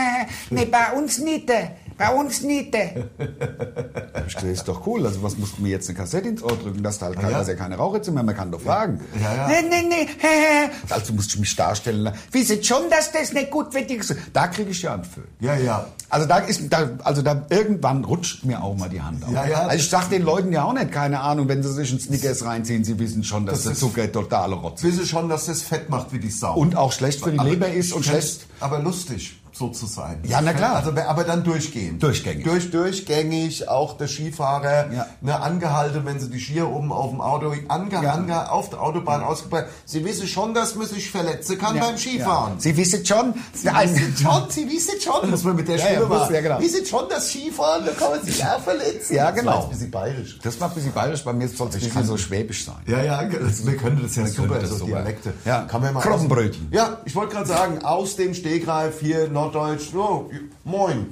nee, bei uns nicht. äh, Bei uns nicht. Hab ich gesagt, ist doch cool, also was musst du mir jetzt eine Kassette ins Ohr drücken, dass da halt Ja, keine, ja. dass ja keine Raucherzimmer mehr, man kann doch fragen. Ja, ja. Nee, nee, nee. Also musst du mich darstellen. Wie sind schon, dass das nicht gut wird? Da kriege ich die Hand für. Ja, ja. Also da ist, da, also da irgendwann rutscht mir auch mal die Hand auf. Ja, ja. Also ich sag den Leuten ja auch nicht, keine Ahnung, wenn sie sich einen Snickers reinziehen, sie wissen schon, dass Das der ist- Zucker totale Rotze ist. Wisse schon, dass das fett macht wie die Sau. Und auch schlecht für die Aber Leber ist und schlecht. Aber lustig, so zu sein. Ja, na klar. Also, aber dann durchgehend. Durchgängig. Durch, durchgängig, auch der Skifahrer, Ja. ne, angehalten, wenn sie die Skier oben auf dem Auto, ange, Ja. ange, auf der Autobahn ausgebreitet. Sie wissen schon, dass man sich verletzen kann beim Skifahren. Ja. Sie wissen schon, Sie wissen schon, Sie wissen schon, muss man mit der Ja, ja, Stimme muss- machen. ja, genau. Wissen schon, dass Skifahren, da kann man sich auch verletzen. Ja, Das war genau. jetzt ein bisschen bayerisch. das war ein bisschen bayerisch, bei mir soll es nicht so schwäbisch sein. Ja, ja, das, wir können das ja super, können das so super. Dialekte. Ja. Kann man mal Krabbenbrötchen. aus- Ja, ich wollte gerade sagen, aus dem Stegreif hier Norddeutsch. Jo, jo, moin.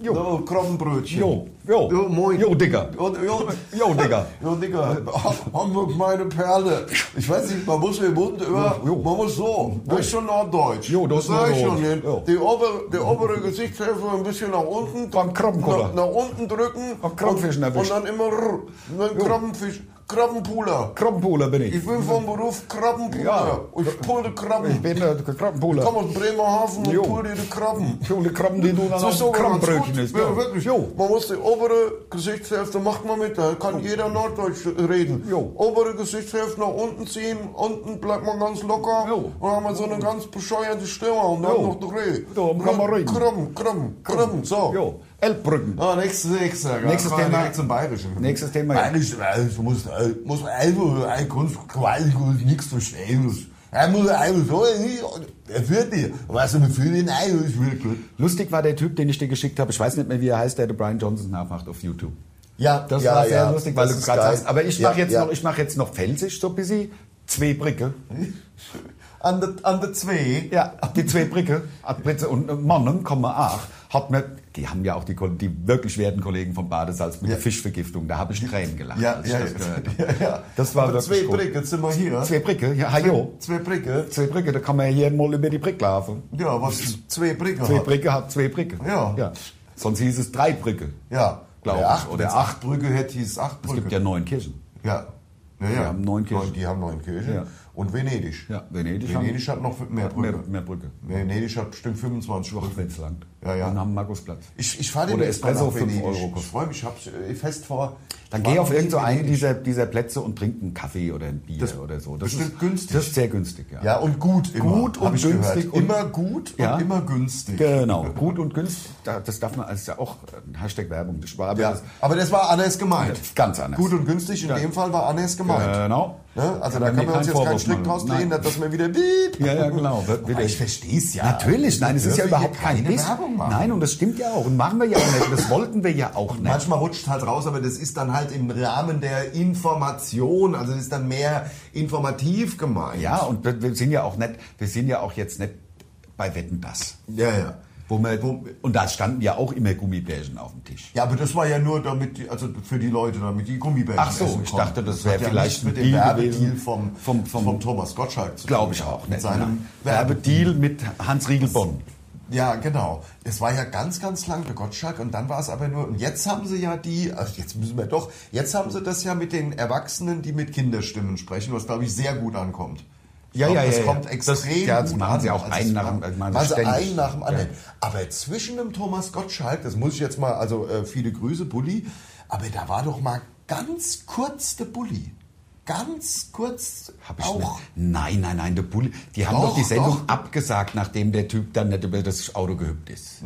Jo. jo Krabbenbrötchen. Jo, jo. Jo, moin. Jo, Digga. Jo, jo, Jo, Digga. jo Digga. Ach, Hamburg, meine Perle. Ich weiß nicht, man muss den Mund über, Jo. man muss so. Das ist schon Norddeutsch. Jo, das ist sag ich Norddeutsch. schon. Den, Jo. die obere, die obere Gesichtshälfte ein bisschen nach unten. Beim Krabbenkoller. nach, nach unten drücken. Beim Krabbenfischen und, erwischt. und dann immer rrr, und dann Krabbenfisch. Krabbenpuler. Krabbenpuler bin ich. Ich bin vom Beruf Krabbenpuller. Mhm. Ja. Ich pulle Ich Krabben. bin äh, Krabbenpuler. Ich komme aus Bremerhaven Jo. und pulle die Krabben. Ich hole die Krabben, die du dann Das ist auf doch ganz Krabbenbrötchen gut. isst. Ja, wirklich. Jo. Man muss die obere Gesichtshälfte, macht man mit, da kann jeder Norddeutsch reden. Jo. Obere Gesichtshälfte nach unten ziehen, unten bleibt man ganz locker. Jo. Und dann haben wir so eine ganz bescheuerte Stimme und dann Jo. noch Dreh. Da kann man reden. Krabben, Krabben, Krabben, so. Jo. Elbbrücken. Ah, nächstes, nächstes, ja. Nächstes Komm, Thema. direkt zum Bayerischen. Nächstes Thema. Bayerisch, Bayerisch muss, äh, muss einfach ein ganz quasi nichts verstehen. muss. Er muss einfach so, äh, er wird nicht. Was er für den ein ist, wirklich. Lustig war der Typ, den ich dir geschickt habe. Ich weiß nicht mehr, wie er heißt, der den Brian Johnson nachmacht auf YouTube. Ja, Das ja, war sehr ja. lustig, weil Das du ist gerade geil. sagst. Aber ich Ja, mache jetzt, ja. noch, ich mach jetzt noch Felsisch, so ein bisschen. Zwei Bricke. An der, an der zwei. Ja, die zwei Bricke. Ad Britze Und Mannen, Komma ach, hat mir, die haben ja auch die, Kol- die wirklich werten Kollegen vom Badesalz mit der Fischvergiftung. Da habe ich Tränen gelacht. Ja, als ich ja, das gehört habe. ja, ja. Das war An der wirklich Zwei gut. Brücken, jetzt sind wir hier. Zwei Bricke, ja, hallo. Zwei Brücken. Zwei Bricke, da kann man ja hier mal über die Bricke laufen. Ja, was zwei Brücken Zwei hat. Bricke hat zwei Bricke. Ja. Sonst hieß es drei Bricke. Ja, Glaub Oder ich. acht, Oder Oder acht Brücke hätte hieß es acht Es Brücke. gibt ja neun Kirchen. Ja. Ja, ja. haben neun Kirchen. Die haben neun Kirchen. Ja. Und Venedig. Ja, Venedig haben- Venedig hat noch mehr Brücke. Mehr, mehr Brücke. Venedig hat bestimmt 25 Brücken. Wenn es langt. Ja, ja. Und haben Markusplatz. Ich, ich fahre den Oder jetzt mal Espresso nach fünf Venedig. Euro Ich kostet. freue mich, ich hab's äh, fest vor. Dann Ich geh war auf noch nie in irgendeinen einen Venedig. dieser, dieser Plätze und trink einen Kaffee oder ein Bier oder so. Das bestimmt ist günstig. Das ist sehr günstig, ja. Ja, und gut immer. Gut und hab ich günstig Gehört. und- immer gut Ja. und immer günstig. Genau, gut und günstig. Da- Das darf man, das ist ja auch ein Hashtag Werbung. Das war aber Ja, das, aber das war anders gemeint. Ganz anders. Gut und günstig, in dem Fall war anders gemeint. Genau. Ne? Also Kann da man mir kann man uns keinen jetzt keinen Vorwurf Strick machen. draus Nein. drehen, dass man wieder beep. Ja, ja, genau. Wird- Aber wird- ich verstehe es ja. Natürlich, nein, es Wir ist ja dürfen hier überhaupt kein keine Biss. Werbung machen. Nein, und das stimmt ja auch. Und machen wir ja auch nicht. Das wollten wir ja auch nicht. Manchmal rutscht halt raus, aber das ist dann halt im Rahmen der Information, also das ist dann mehr informativ gemeint. Ja, und wir wir sind ja auch nicht, wir sind ja auch jetzt nicht bei Wetten das. ja, ja. Wo man, wo, und da standen ja auch immer Gummibärchen auf dem Tisch. Ja, aber das war ja nur damit, die, also für die Leute, damit die Gummibärchen Ach so, essen ich konnten. dachte, das hat wäre ja vielleicht nichts mit ein dem Deal Werbedeal gewesen. vom, Vom- vom, vom- Thomas Gottschalk. zu Glaube tun ich gehabt, auch. ne? Mit Nicht. seinem Nein. Werbedeal mit Hans Riegel Bonn. Ja, genau. Es war ja ganz, ganz lang der Gottschalk und dann war es aber nur, und jetzt haben sie ja die, also jetzt müssen wir doch, jetzt haben sie das ja mit den Erwachsenen, die mit Kinderstimmen sprechen, was glaube ich sehr gut ankommt. Ich Ja, glaub, ja, das ja, ja. kommt Das- extrem ja, das gut machen an. sie auch einen nach dem- anderen. machen sie Also ständig. einen nach dem Ja. anderen. Aber zwischen dem Thomas Gottschalk, das muss ich jetzt mal, also äh, viele Grüße, Bulli, aber da war doch mal ganz kurz der Bulli. Ganz kurz Hab ich auch. nicht. Nein, nein, nein, der Bulli. Die haben doch, Doch, die Sendung doch. abgesagt, nachdem der Typ dann nicht über das Auto gehüpft ist.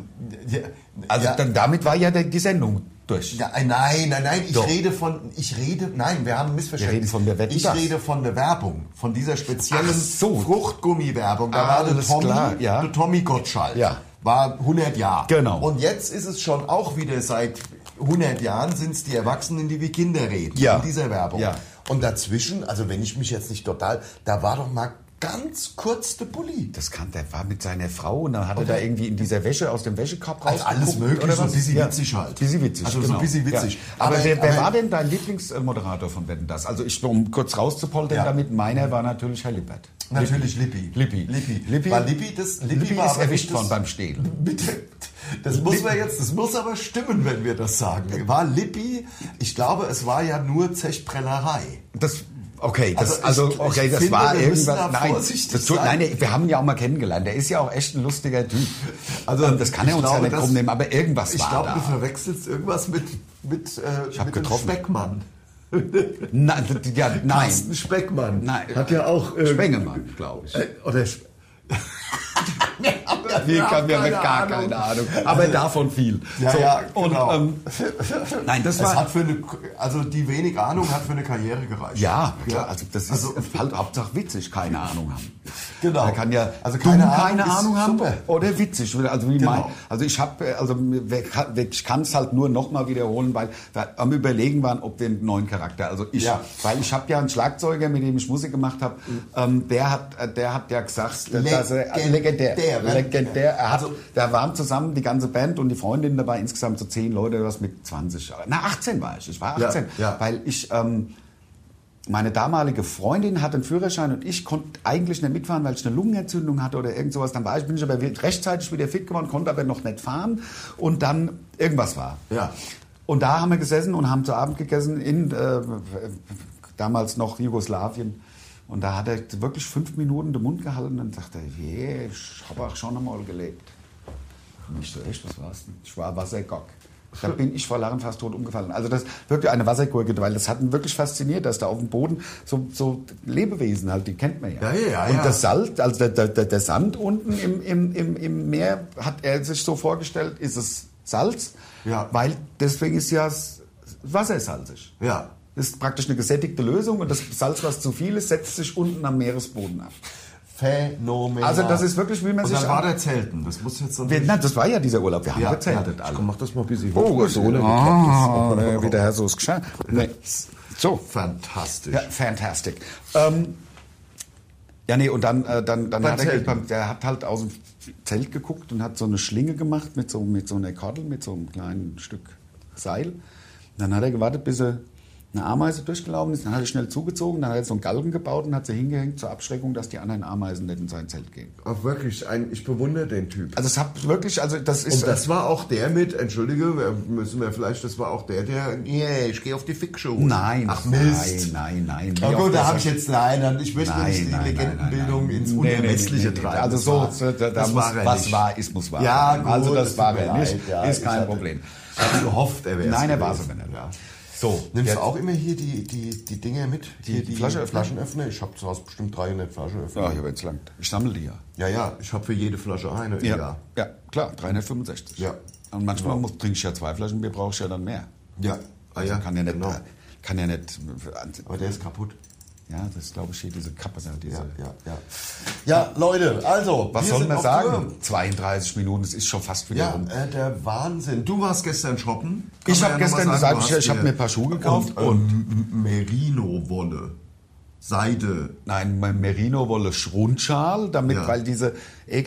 Ja, Also äh, ja. dann, damit war ja der, die Sendung durch. Ja, äh, nein, nein, nein, ich Doch. rede von, ich rede, nein, wir haben ein Missverständnis. Wir reden von der Wetten, ich dass. rede von der Werbung, von dieser speziellen Ach so. Fruchtgummi-Werbung. Da war der Alles Tommy, klar, ja. der Tommy Gottschalk. Ja. War 100 Jahre. Genau. Und jetzt ist es schon auch wieder seit 100 Jahren sind es die Erwachsenen, die wie Kinder reden. Ja. In dieser Werbung. Ja. Und dazwischen, also wenn ich mich jetzt nicht total, da war doch mal ganz kurz der Pulli. Das kann, der war mit seiner Frau und dann hat er da irgendwie in dieser Wäsche aus dem Wäschekorb Also alles rausgeguckt möglich, oder so was? ein bisschen witzig halt. Bisschen witzig, Also so ein genau. bisschen witzig. Aber, Aber- wer, wer aber- war denn dein Lieblingsmoderator von Wetten, das? Also ich, um kurz rauszupoltern Ja. damit, meiner war natürlich Herr Lippert. Natürlich Lippi. Lippi. Lippi. Lippi. War Lippi das, Lippi, Lippi war ist aber erwischt nicht das- worden beim Stehlen. Bitte. Das muss man jetzt, das muss aber stimmen, wenn wir das sagen. War Lippi, ich glaube, es war ja nur Zechprellerei. Das, okay, das, Also also, ich- ich okay, das finde, war wir müssen irgendwas. da nein, vorsichtig das tut, sein. nein, der- wir haben ihn ja auch mal kennengelernt. Der ist ja auch echt ein lustiger Typ. Also, das kann ich er uns glaube, ja nicht das- rumnehmen, aber irgendwas Ich war glaube, du da. verwechselst irgendwas mit, mit, äh, hab mit getroffen. dem Speckmann. Na, d- ja, nein. Carsten Speckmann. Nein. Hat ja auch. äh, Spengemann, glaube ich. äh, oder Sp Nee, Wir haben kann, wir haben keine gar Ahnung. keine Ahnung. Aber davon viel. Ja, So, ja, genau. und, ähm, nein, das es war. hat für eine, also die wenig Ahnung hat für eine Karriere gereicht. Ja, klar, also das ist Also- halt, Hauptsache witzig, keine Ahnung haben. Genau. Man kann ja also Also keine keine, Ahnung keine ist Ahnung haben super. oder witzig. Also, wie Genau. mein, also ich habe, also wer kann- wer- ich kann es halt nur nochmal wiederholen, weil wir am Überlegen waren, ob wir einen neuen Charakter. Also ich, Ja. Mhm. weil ich habe ja einen Schlagzeuger, mit dem ich Musik gemacht habe. Ähm, der hat, äh, der hat ja gesagt, dass er äh, Legendär. Also legendär, Legendär, legendär. Er hat, da waren zusammen die ganze Band und die Freundin dabei insgesamt so zehn Leute, oder was mit 20. Na 18 war ich. Ich war Ja, 18, ja. weil ich ähm, meine damalige Freundin hatte einen Führerschein und ich konnte eigentlich nicht mitfahren, weil ich eine Lungenentzündung hatte oder irgend sowas. Dann war ich, bin ich aber rechtzeitig wieder fit geworden, konnte aber noch nicht fahren und dann irgendwas war. Ja. Und da haben wir gesessen und haben zu Abend gegessen in äh, damals noch Jugoslawien. Und da hat er wirklich fünf Minuten den Mund gehalten und sagte, yeah, ich habe auch schon einmal gelebt. Und ich so, echt, was war's denn? Ich war Wassergock. Da bin ich vor Lachen fast tot umgefallen. Also das wirklich eine Wassergurke, weil das hat ihn wirklich fasziniert, dass da auf dem Boden so, so Lebewesen halt, die kennt man ja. Ja, ja, ja, und ja. das Salz, also der, der, der, der Sand unten im, im, im, im Meer, hat er sich so vorgestellt, ist es Salz, Ja. weil deswegen ist ja das Wasser salzig. Ja. Das ist praktisch eine gesättigte Lösung und das Salz, was zu viel ist, setzt sich unten am Meeresboden ab. Phänomenal. Also das ist wirklich, wie man Und sich dann war an- der Zelten. Das muss jetzt so Wir, nein, das war ja dieser Urlaub, wir haben Ja, gezeltet ja. alle. Komm, mach das mal ein bisschen Oh, hoch. so eine Ah, ah, wie der Herr so ist gescheit. Nee. So. Fantastisch. Ja, fantastic. Ähm, ja, nee, und dann, äh, dann, dann Beim hat er, Zelten. beim- der hat halt aus dem Zelt geguckt und hat so eine Schlinge gemacht mit so, mit so einer Kordel, mit so einem kleinen Stück Seil. Und dann hat er gewartet, bis er eine Ameise durchgelaufen ist, dann hat er schnell zugezogen, dann hat er so einen Galgen gebaut und hat sie hingehängt zur Abschreckung, dass die anderen Ameisen nicht in sein Zelt gehen. Auch wirklich, ein, ich bewundere den Typ. Also es hat wirklich, also das ist... Und das war auch der mit, entschuldige, wir- müssen wir vielleicht, das war auch der, der, yeah, ich gehe auf die Fickshow. Nein, Ach Mist. nein, nein, nein. Na Wie gut, oft da das habe ich jetzt, nein, dann- ich möchte Nein, nicht die nein, nein, Legendenbildung nein, nein. ins Nee, nee, nee, Unermessliche nee, nee. treiben. Also Das so, war- so, da, da das muss, war er was nicht. wahr ist, muss wahr Ja, sein. gut, also das tut war mir er leid, nicht, ja, ist ich kein hatte- Problem. Ich hatte gehofft, er wäre Nein, er war's aber nicht. Ja. So, Nimmst jetzt- du auch immer hier die, die, die Ah, Dinge mit? Die- hier die Flaschenöffner? Flaschenöffner? Ich habe zu Hause bestimmt 300 Flaschenöffner. Ja, ich habe jetzt lang. Ich sammle die ja. Ja, ja, ich habe für jede Flasche eine. im Jahr. ja, klar, 365. Ja. Und manchmal muss, trinke ich ja zwei Flaschen Bier, brauche ich ja dann mehr. Ja, ah, Also ja. kann ja nicht, genau. kann ja nicht. Aber der ist kaputt. Ja, das ist, glaube ich hier diese Kappe, diese. Ja, ja, ja. Ja, Leute, also. Was wir soll sind man auf sagen? Tour. 32 Minuten, das ist schon fast wieder Ja, rum. äh, der Wahnsinn. Du warst gestern shoppen. Kann Ich man habe ja noch gestern mal sagen, gesagt, du ich, hast ich habe dir- mir ein paar Schuhe gekauft und, Und, ähm, Merino-Wolle. Seide. Nein, mein Merino-Wolle Rundschal, damit, Ja. weil diese,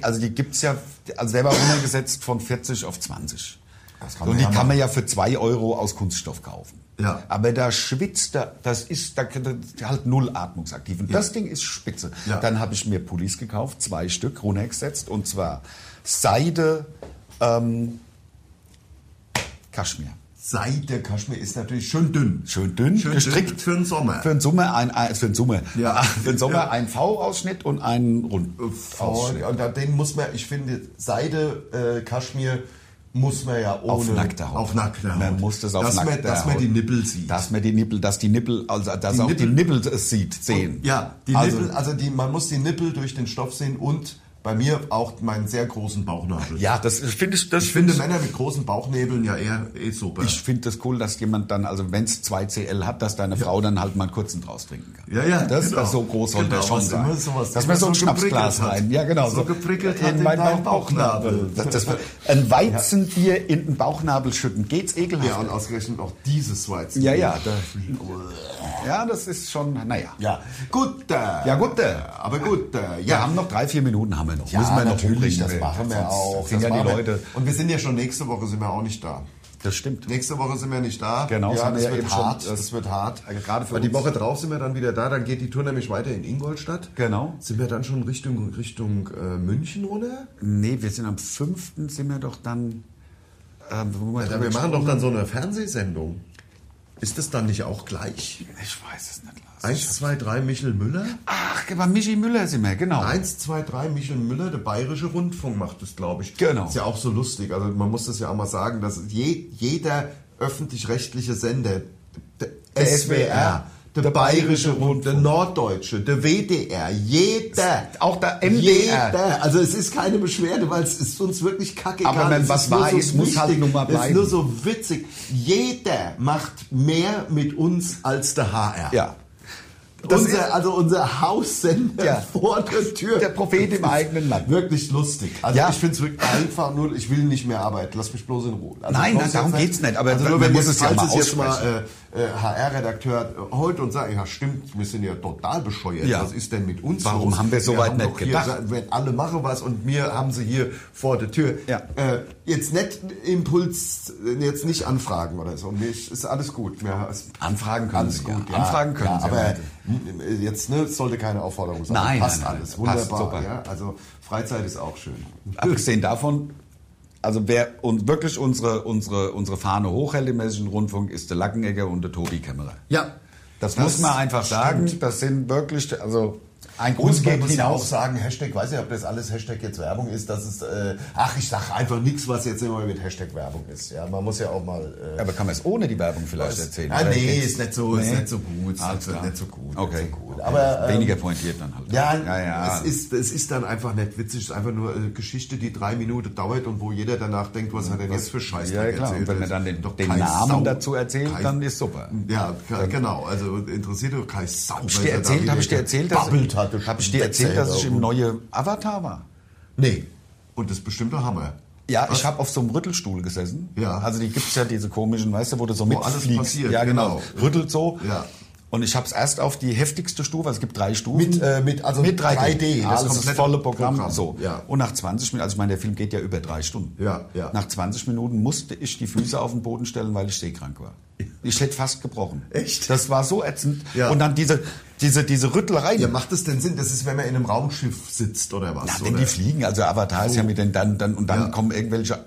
also die gibt's ja, also der war runtergesetzt von 40 auf 20. Das kann und man die ja kann machen. man ja für 2 Euro aus Kunststoff kaufen. Ja. Aber da schwitzt da, das ist da halt null atmungsaktiv. Und das Ding ist spitze. Ja. Dann habe ich mir Pullis gekauft, zwei Stück runtergesetzt und zwar Seide, ähm, Kaschmir. Seide Kaschmir ist natürlich schön dünn. Schön dünn, Schön gestrickt. dünn für den Sommer. Für den Sommer ein, ein für den Sommer. Ja. Für den Sommer Ja. Äh, ein V-Ausschnitt und ein rund Vorne. Und an den muss man, ich finde, Seide, äh, Kaschmir muss man ja ohne. auf nackter Haut. Auf nackter Haut. Man muss das auf dass nackter man, Dass Haut. man die Nippel sieht. Dass man die Nippel, dass die Nippel, also dass Die auch Nippel- die Nippel es sieht, sehen. Ja, die also, Nippel, also die, man muss die Nippel durch den Stoff sehen und bei mir auch meinen sehr großen Bauchnabel. Ja, das finde ich, das Ich finde Männer mit großen Bauchnäbeln ja eher eh super. ich finde das cool, dass jemand dann, also wenn es 2CL hat, dass deine Frau dann halt mal einen kurzen draus trinken kann. Ja, ja, Das, genau. das so groß soll Genau, der schon was sein. immer sowas- dass immer man so ein so geprickelt Schnapsglas hat. rein. Ja, genau. So geprickelt hat in in meinen deinen Bauchnabel. Bauchnabel. Das, das, ein Weizenbier in den Bauchnabel schütten, geht's ekelhaft. Ja, und ausgerechnet auch dieses Weizen. Ja, ja, da, ja, das ist schon, naja. Ja, gut. Äh, Ja, gut, äh. Aber gut, äh, Wir ja. haben noch drei, vier Minuten haben wir noch. ja Müssen wir noch natürlich, umbringen, ne, das weil machen wir sonst auch. Sind das ja die machen wir. Leute. Und wir sind ja schon nächste Woche, sind wir auch nicht da. Das stimmt. Nächste Woche sind wir nicht da. Genau, das ja, haben das, wir ja wird eben hart, schon. das wird hart. Also gerade für Aber die uns. Woche drauf sind wir dann wieder da. Dann geht die Tour nämlich weiter in Ingolstadt. Genau. Sind wir dann schon Richtung, Richtung äh, München, oder? Nee, wir sind am 5. sind wir doch dann. Ähm, wo wir Ja, drüber wir machen doch dann so eine Fernsehsendung. Ist das dann nicht auch gleich? gesprochen- Ich weiß es nicht, Lars. Eins, zwei, drei, Michel Müller? Ach, bei Michi Müller sind wir, genau. Eins, zwei, drei, Michel Müller, der Bayerische Rundfunk macht das, glaube ich. Genau. Ist ja auch so lustig. Also man muss das ja auch mal sagen, dass je, jeder öffentlich-rechtliche Sender, der, Der SWR, der, der Bayerische Bayerische Rundfunk, der Norddeutsche, der WDR, jeder. Auch der MDR. Jeder. Also es ist keine Beschwerde, weil es ist uns wirklich kacke Aber wenn es was nur wahr ist, muss halt nun mal Es bleiben. ist nur so witzig. Jeder macht mehr mit uns als der HR. Ja. Das Unser, also unser Haussender Ja. vor der Tür. Der Prophet im eigenen Land. Wirklich lustig. Also Ja. ich finde es wirklich einfach nur, ich will nicht mehr arbeiten. Lass mich bloß in Ruhe. Also Nein, bloß nein, darum jetzt geht's nicht. Aber also nur, man wenn muss jetzt, es ja falls mal es jetzt mal äh, äh, HR-Redakteur holt und sagt, ja stimmt, wir sind ja total bescheuert. Ja. Was ist denn mit uns Warum los? haben wir so weit haben nicht doch hier gedacht? gesagt, Wenn alle machen was und mir haben sie hier vor der Tür. Ja. Äh, jetzt nicht Impuls, jetzt nicht anfragen oder so. Mir ist- ist alles gut. Mir, es Anfragen können alles Sie. gut. ja. Anfragen können ja, Sie. Aber m- m- jetzt ne, sollte keine Aufforderung sein. Nein, passt nein, nein, alles. nein. Wunderbar. Passt, super. Ja? Also Freizeit ist auch schön. Abgesehen davon, also wer uns wirklich unsere, unsere, unsere Fahne hochhält im Hessischen Rundfunk, ist der Lackenegger und der Tobi Kämmerer. Ja. Das, muss man einfach sagen. Das sind wirklich, also ein Gruß Und man geht muss ja auch hinaus. sagen, Hashtag, weiß nicht, ob das alles Hashtag jetzt Werbung ist, dass es, äh, ach, ich sag einfach nichts, was jetzt immer mit Hashtag Werbung ist. Ja, man muss ja auch mal... Äh, Aber kann man es ohne die Werbung vielleicht erzählen? Ah, oder? nee, Geht's- ist nicht so, ist Nee. nicht so gut, ist Alles nicht so- klar. nicht so gut. Okay. Nicht so gut. okay. Aber, ähm, Weniger pointiert dann halt. Ja, ja, ja. Es, ist, es ist dann einfach nicht witzig. Es ist einfach nur äh, Geschichte, die drei Minuten dauert und wo jeder danach denkt, was hat er jetzt für Scheiß ja, klar. Und wenn man dann den, den Namen dazu erzählt, dann ist super. Ja, ke- genau. Also interessiert doch kein Sau. Hab ich dir erzählt, habe ich dir erzählt, dass, babbelt hat. hab ich dir erzählt, dass ich im neue Avatar war? Nee. Und das ist bestimmt der Hammer. Ja, ich habe auf so einem Rüttelstuhl gesessen. Ja. Also die gibt's ja diese komischen, weißt du, wo du so alles mitfliegst. passiert, ja, genau. genau. Rüttelt so. Ja. Und ich habe es erst auf die heftigste Stufe, also es gibt drei Stufen. Mit, äh, mit- also mit 3D. 3D, das alles das komplette volle Programm. Programm, So. ja. Und nach 20 Minuten, also ich meine, der Film geht ja über drei Stunden. Ja, ja. Nach 20 Minuten musste ich die Füße auf den Boden stellen, weil ich seekrank war. Ich hätte fast gebrochen. Echt? Das war so ätzend. Ja. Und dann diese, diese, diese Rüttlerei. Ja, macht es denn Sinn? Das ist, wenn man in einem Raumschiff sitzt oder was? Na, wenn oder? die fliegen, also Avatar ist ja mit den dann, dann und dann ne? Ja. kommen irgendwelche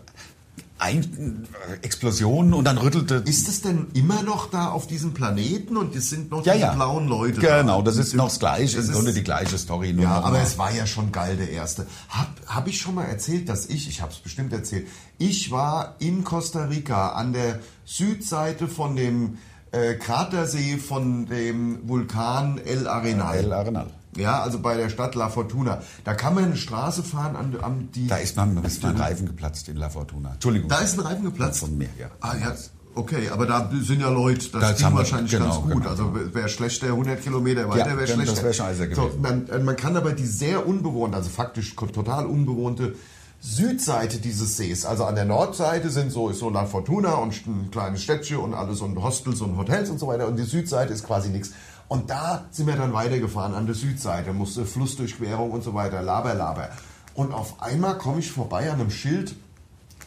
Ein äh, Explosionen und dann rüttelte. Ist es denn immer noch da auf diesem Planeten und es sind noch Ja, diese ja. blauen Leute da? Genau, das ist noch das gleiche, Das im ist- Grunde die gleiche Story. Nur Ja, noch aber mal. es war ja schon geil, der erste. Hab, hab ich schon mal erzählt, dass ich, ich hab's bestimmt erzählt, ich war in Costa Rica an der Südseite von dem äh, Kratersee von dem Vulkan El Arenal. El Arenal. Ja, also bei der Stadt La Fortuna. Da kann man eine Straße fahren, an, an die. Da ist man ist mein Reifen geplatzt in La Fortuna. Entschuldigung. Da ist ein Reifen geplatzt? Von mir, ja. Ah, ja. Okay, aber da sind ja Leute, das, Das ging haben wir- wahrscheinlich genau, ganz gut. genau. Also wäre schlechter, 100 Kilometer weiter Ja, genau, wäre das schlechter. wär scheiße So, äh, gewesen. man, man kann aber die sehr unbewohnte, also faktisch ko- total unbewohnte Südseite dieses Sees, also an der Nordseite sind so, ist so La Fortuna und ein kleines Städtchen und alles und Hostels und Hotels und so weiter und die Südseite ist quasi nichts. Und da sind wir dann weitergefahren an der Südseite, musste Flussdurchquerung und so weiter, laber, laber. Und auf einmal komme ich vorbei an einem Schild,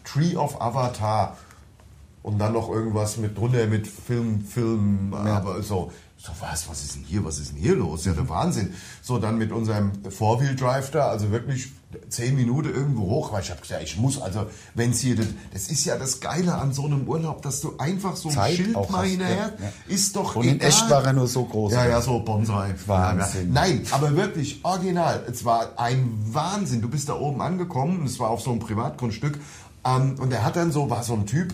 Tree of Avatar und dann noch irgendwas mit drunter mit Film, Film, aber so. So, was, was ist denn hier, was ist denn hier los? Ja, der Wahnsinn. So, dann mit unserem Four-Wheel-Drive da, also wirklich zehn Minuten irgendwo hoch, weil ich habe gesagt, ich muss, also, wenn es hier, das, das ist ja das Geile an so einem Urlaub, dass du einfach so ein Zeit Schild auch mal hast, hinterher, ja, ja. ist doch Und in egal. echt war er nur so groß. Ja, ja, so Bonsai. Wahnsinn. Nein, aber wirklich original. Es war ein Wahnsinn. Du bist da oben angekommen, es war auf so einem Privatgrundstück. Ähm, und er hat dann so, war so ein Typ,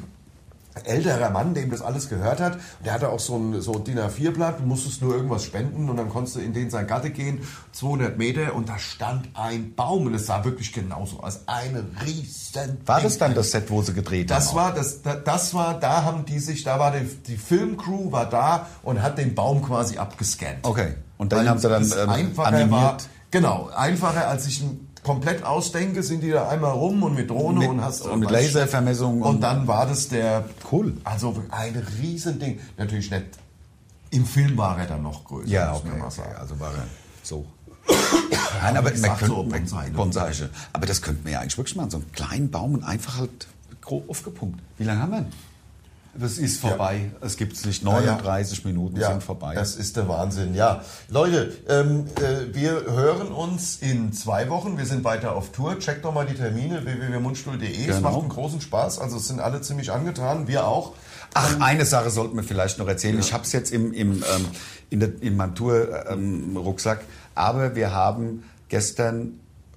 älterer Mann, dem das alles gehört hat. Der hatte auch so ein, so ein DIN A4-Blatt, du musstest nur irgendwas spenden und dann konntest du in den sein Gatte gehen, 200 Meter und da stand ein Baum und es sah wirklich genauso aus. Eine riesen War Ding. das dann das Set, wo sie gedreht Das haben? war, das, da- das war, da haben die sich, da war die, die Filmcrew war da und hat den Baum quasi abgescannt. Okay. Und dann Weil haben sie dann, das ähm, einfacher animiert. War, genau, einfacher als ich ihn komplett ausdenke, sind die da einmal rum und mit Drohne Mit- und hast und mit Laservermessung und, und- dann war das der Cool. Also ein Riesending. Natürlich nicht. Im Film war er dann noch größer. Ja, muss okay, man mal okay. sagen. Also war er so. Nein, aber wie man gesagt, könnte, so Bonsai, Bonsai, ne? schon. Aber das könnte man ja eigentlich wirklich machen. So einen kleinen Baum und einfach halt grob aufgepumpt. Wie lange haben wir denn? Das ist vorbei. Es gibt nicht ja. 39 Minuten sind vorbei. Das ist der Wahnsinn, ja. Leute, ähm, äh, wir hören uns in zwei Wochen. Wir sind weiter auf Tour. Checkt doch mal die Termine www.mundstuhl.de. Es Genau. macht einen großen Spaß. Also es sind alle ziemlich angetan, wir auch. Ach, eine Sache sollten wir vielleicht noch erzählen. Ich habe es jetzt im, im, ähm, in, der, in meinem Tour-Rucksack, aber wir haben gestern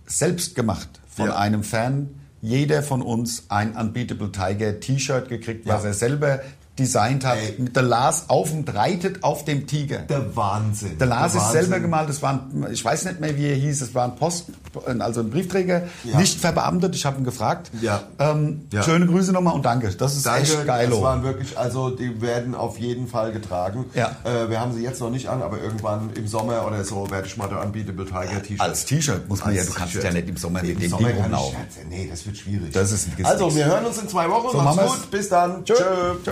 selbst gemacht von Ja. einem Fan jeder von uns ein Unbeatable Tiger T-Shirt gekriegt, was Ja. er selber designt hat. Ey. Mit der Lars auf dem reitet auf dem Tiger. Der Wahnsinn. Der Lars ist Wahnsinn. selber gemalt, das war ein, ich weiß nicht mehr, wie er hieß, es war ein Post, also ein Briefträger, Ja. nicht verbeamtet, ich habe ihn gefragt. Ja. Ähm, Ja. Schöne Grüße nochmal und danke, das ist Danke, echt geil. das waren wirklich, also die werden auf jeden Fall getragen. Ja. Äh, wir haben sie jetzt noch nicht an, aber irgendwann im Sommer oder so werde ich mal der Unbeatable Tiger T-Shirt. Als T-Shirt muss man ja, du kannst T-Shirt. ja nicht im Sommer Nee, mit im dem Sommer Ding kann ich- rumlaufen. Nee, das wird schwierig. Das ist ein Gesicht. Also, wir hören uns in zwei Wochen. So, Macht's machen wir's. gut. Bis dann. Tschö. Tschö.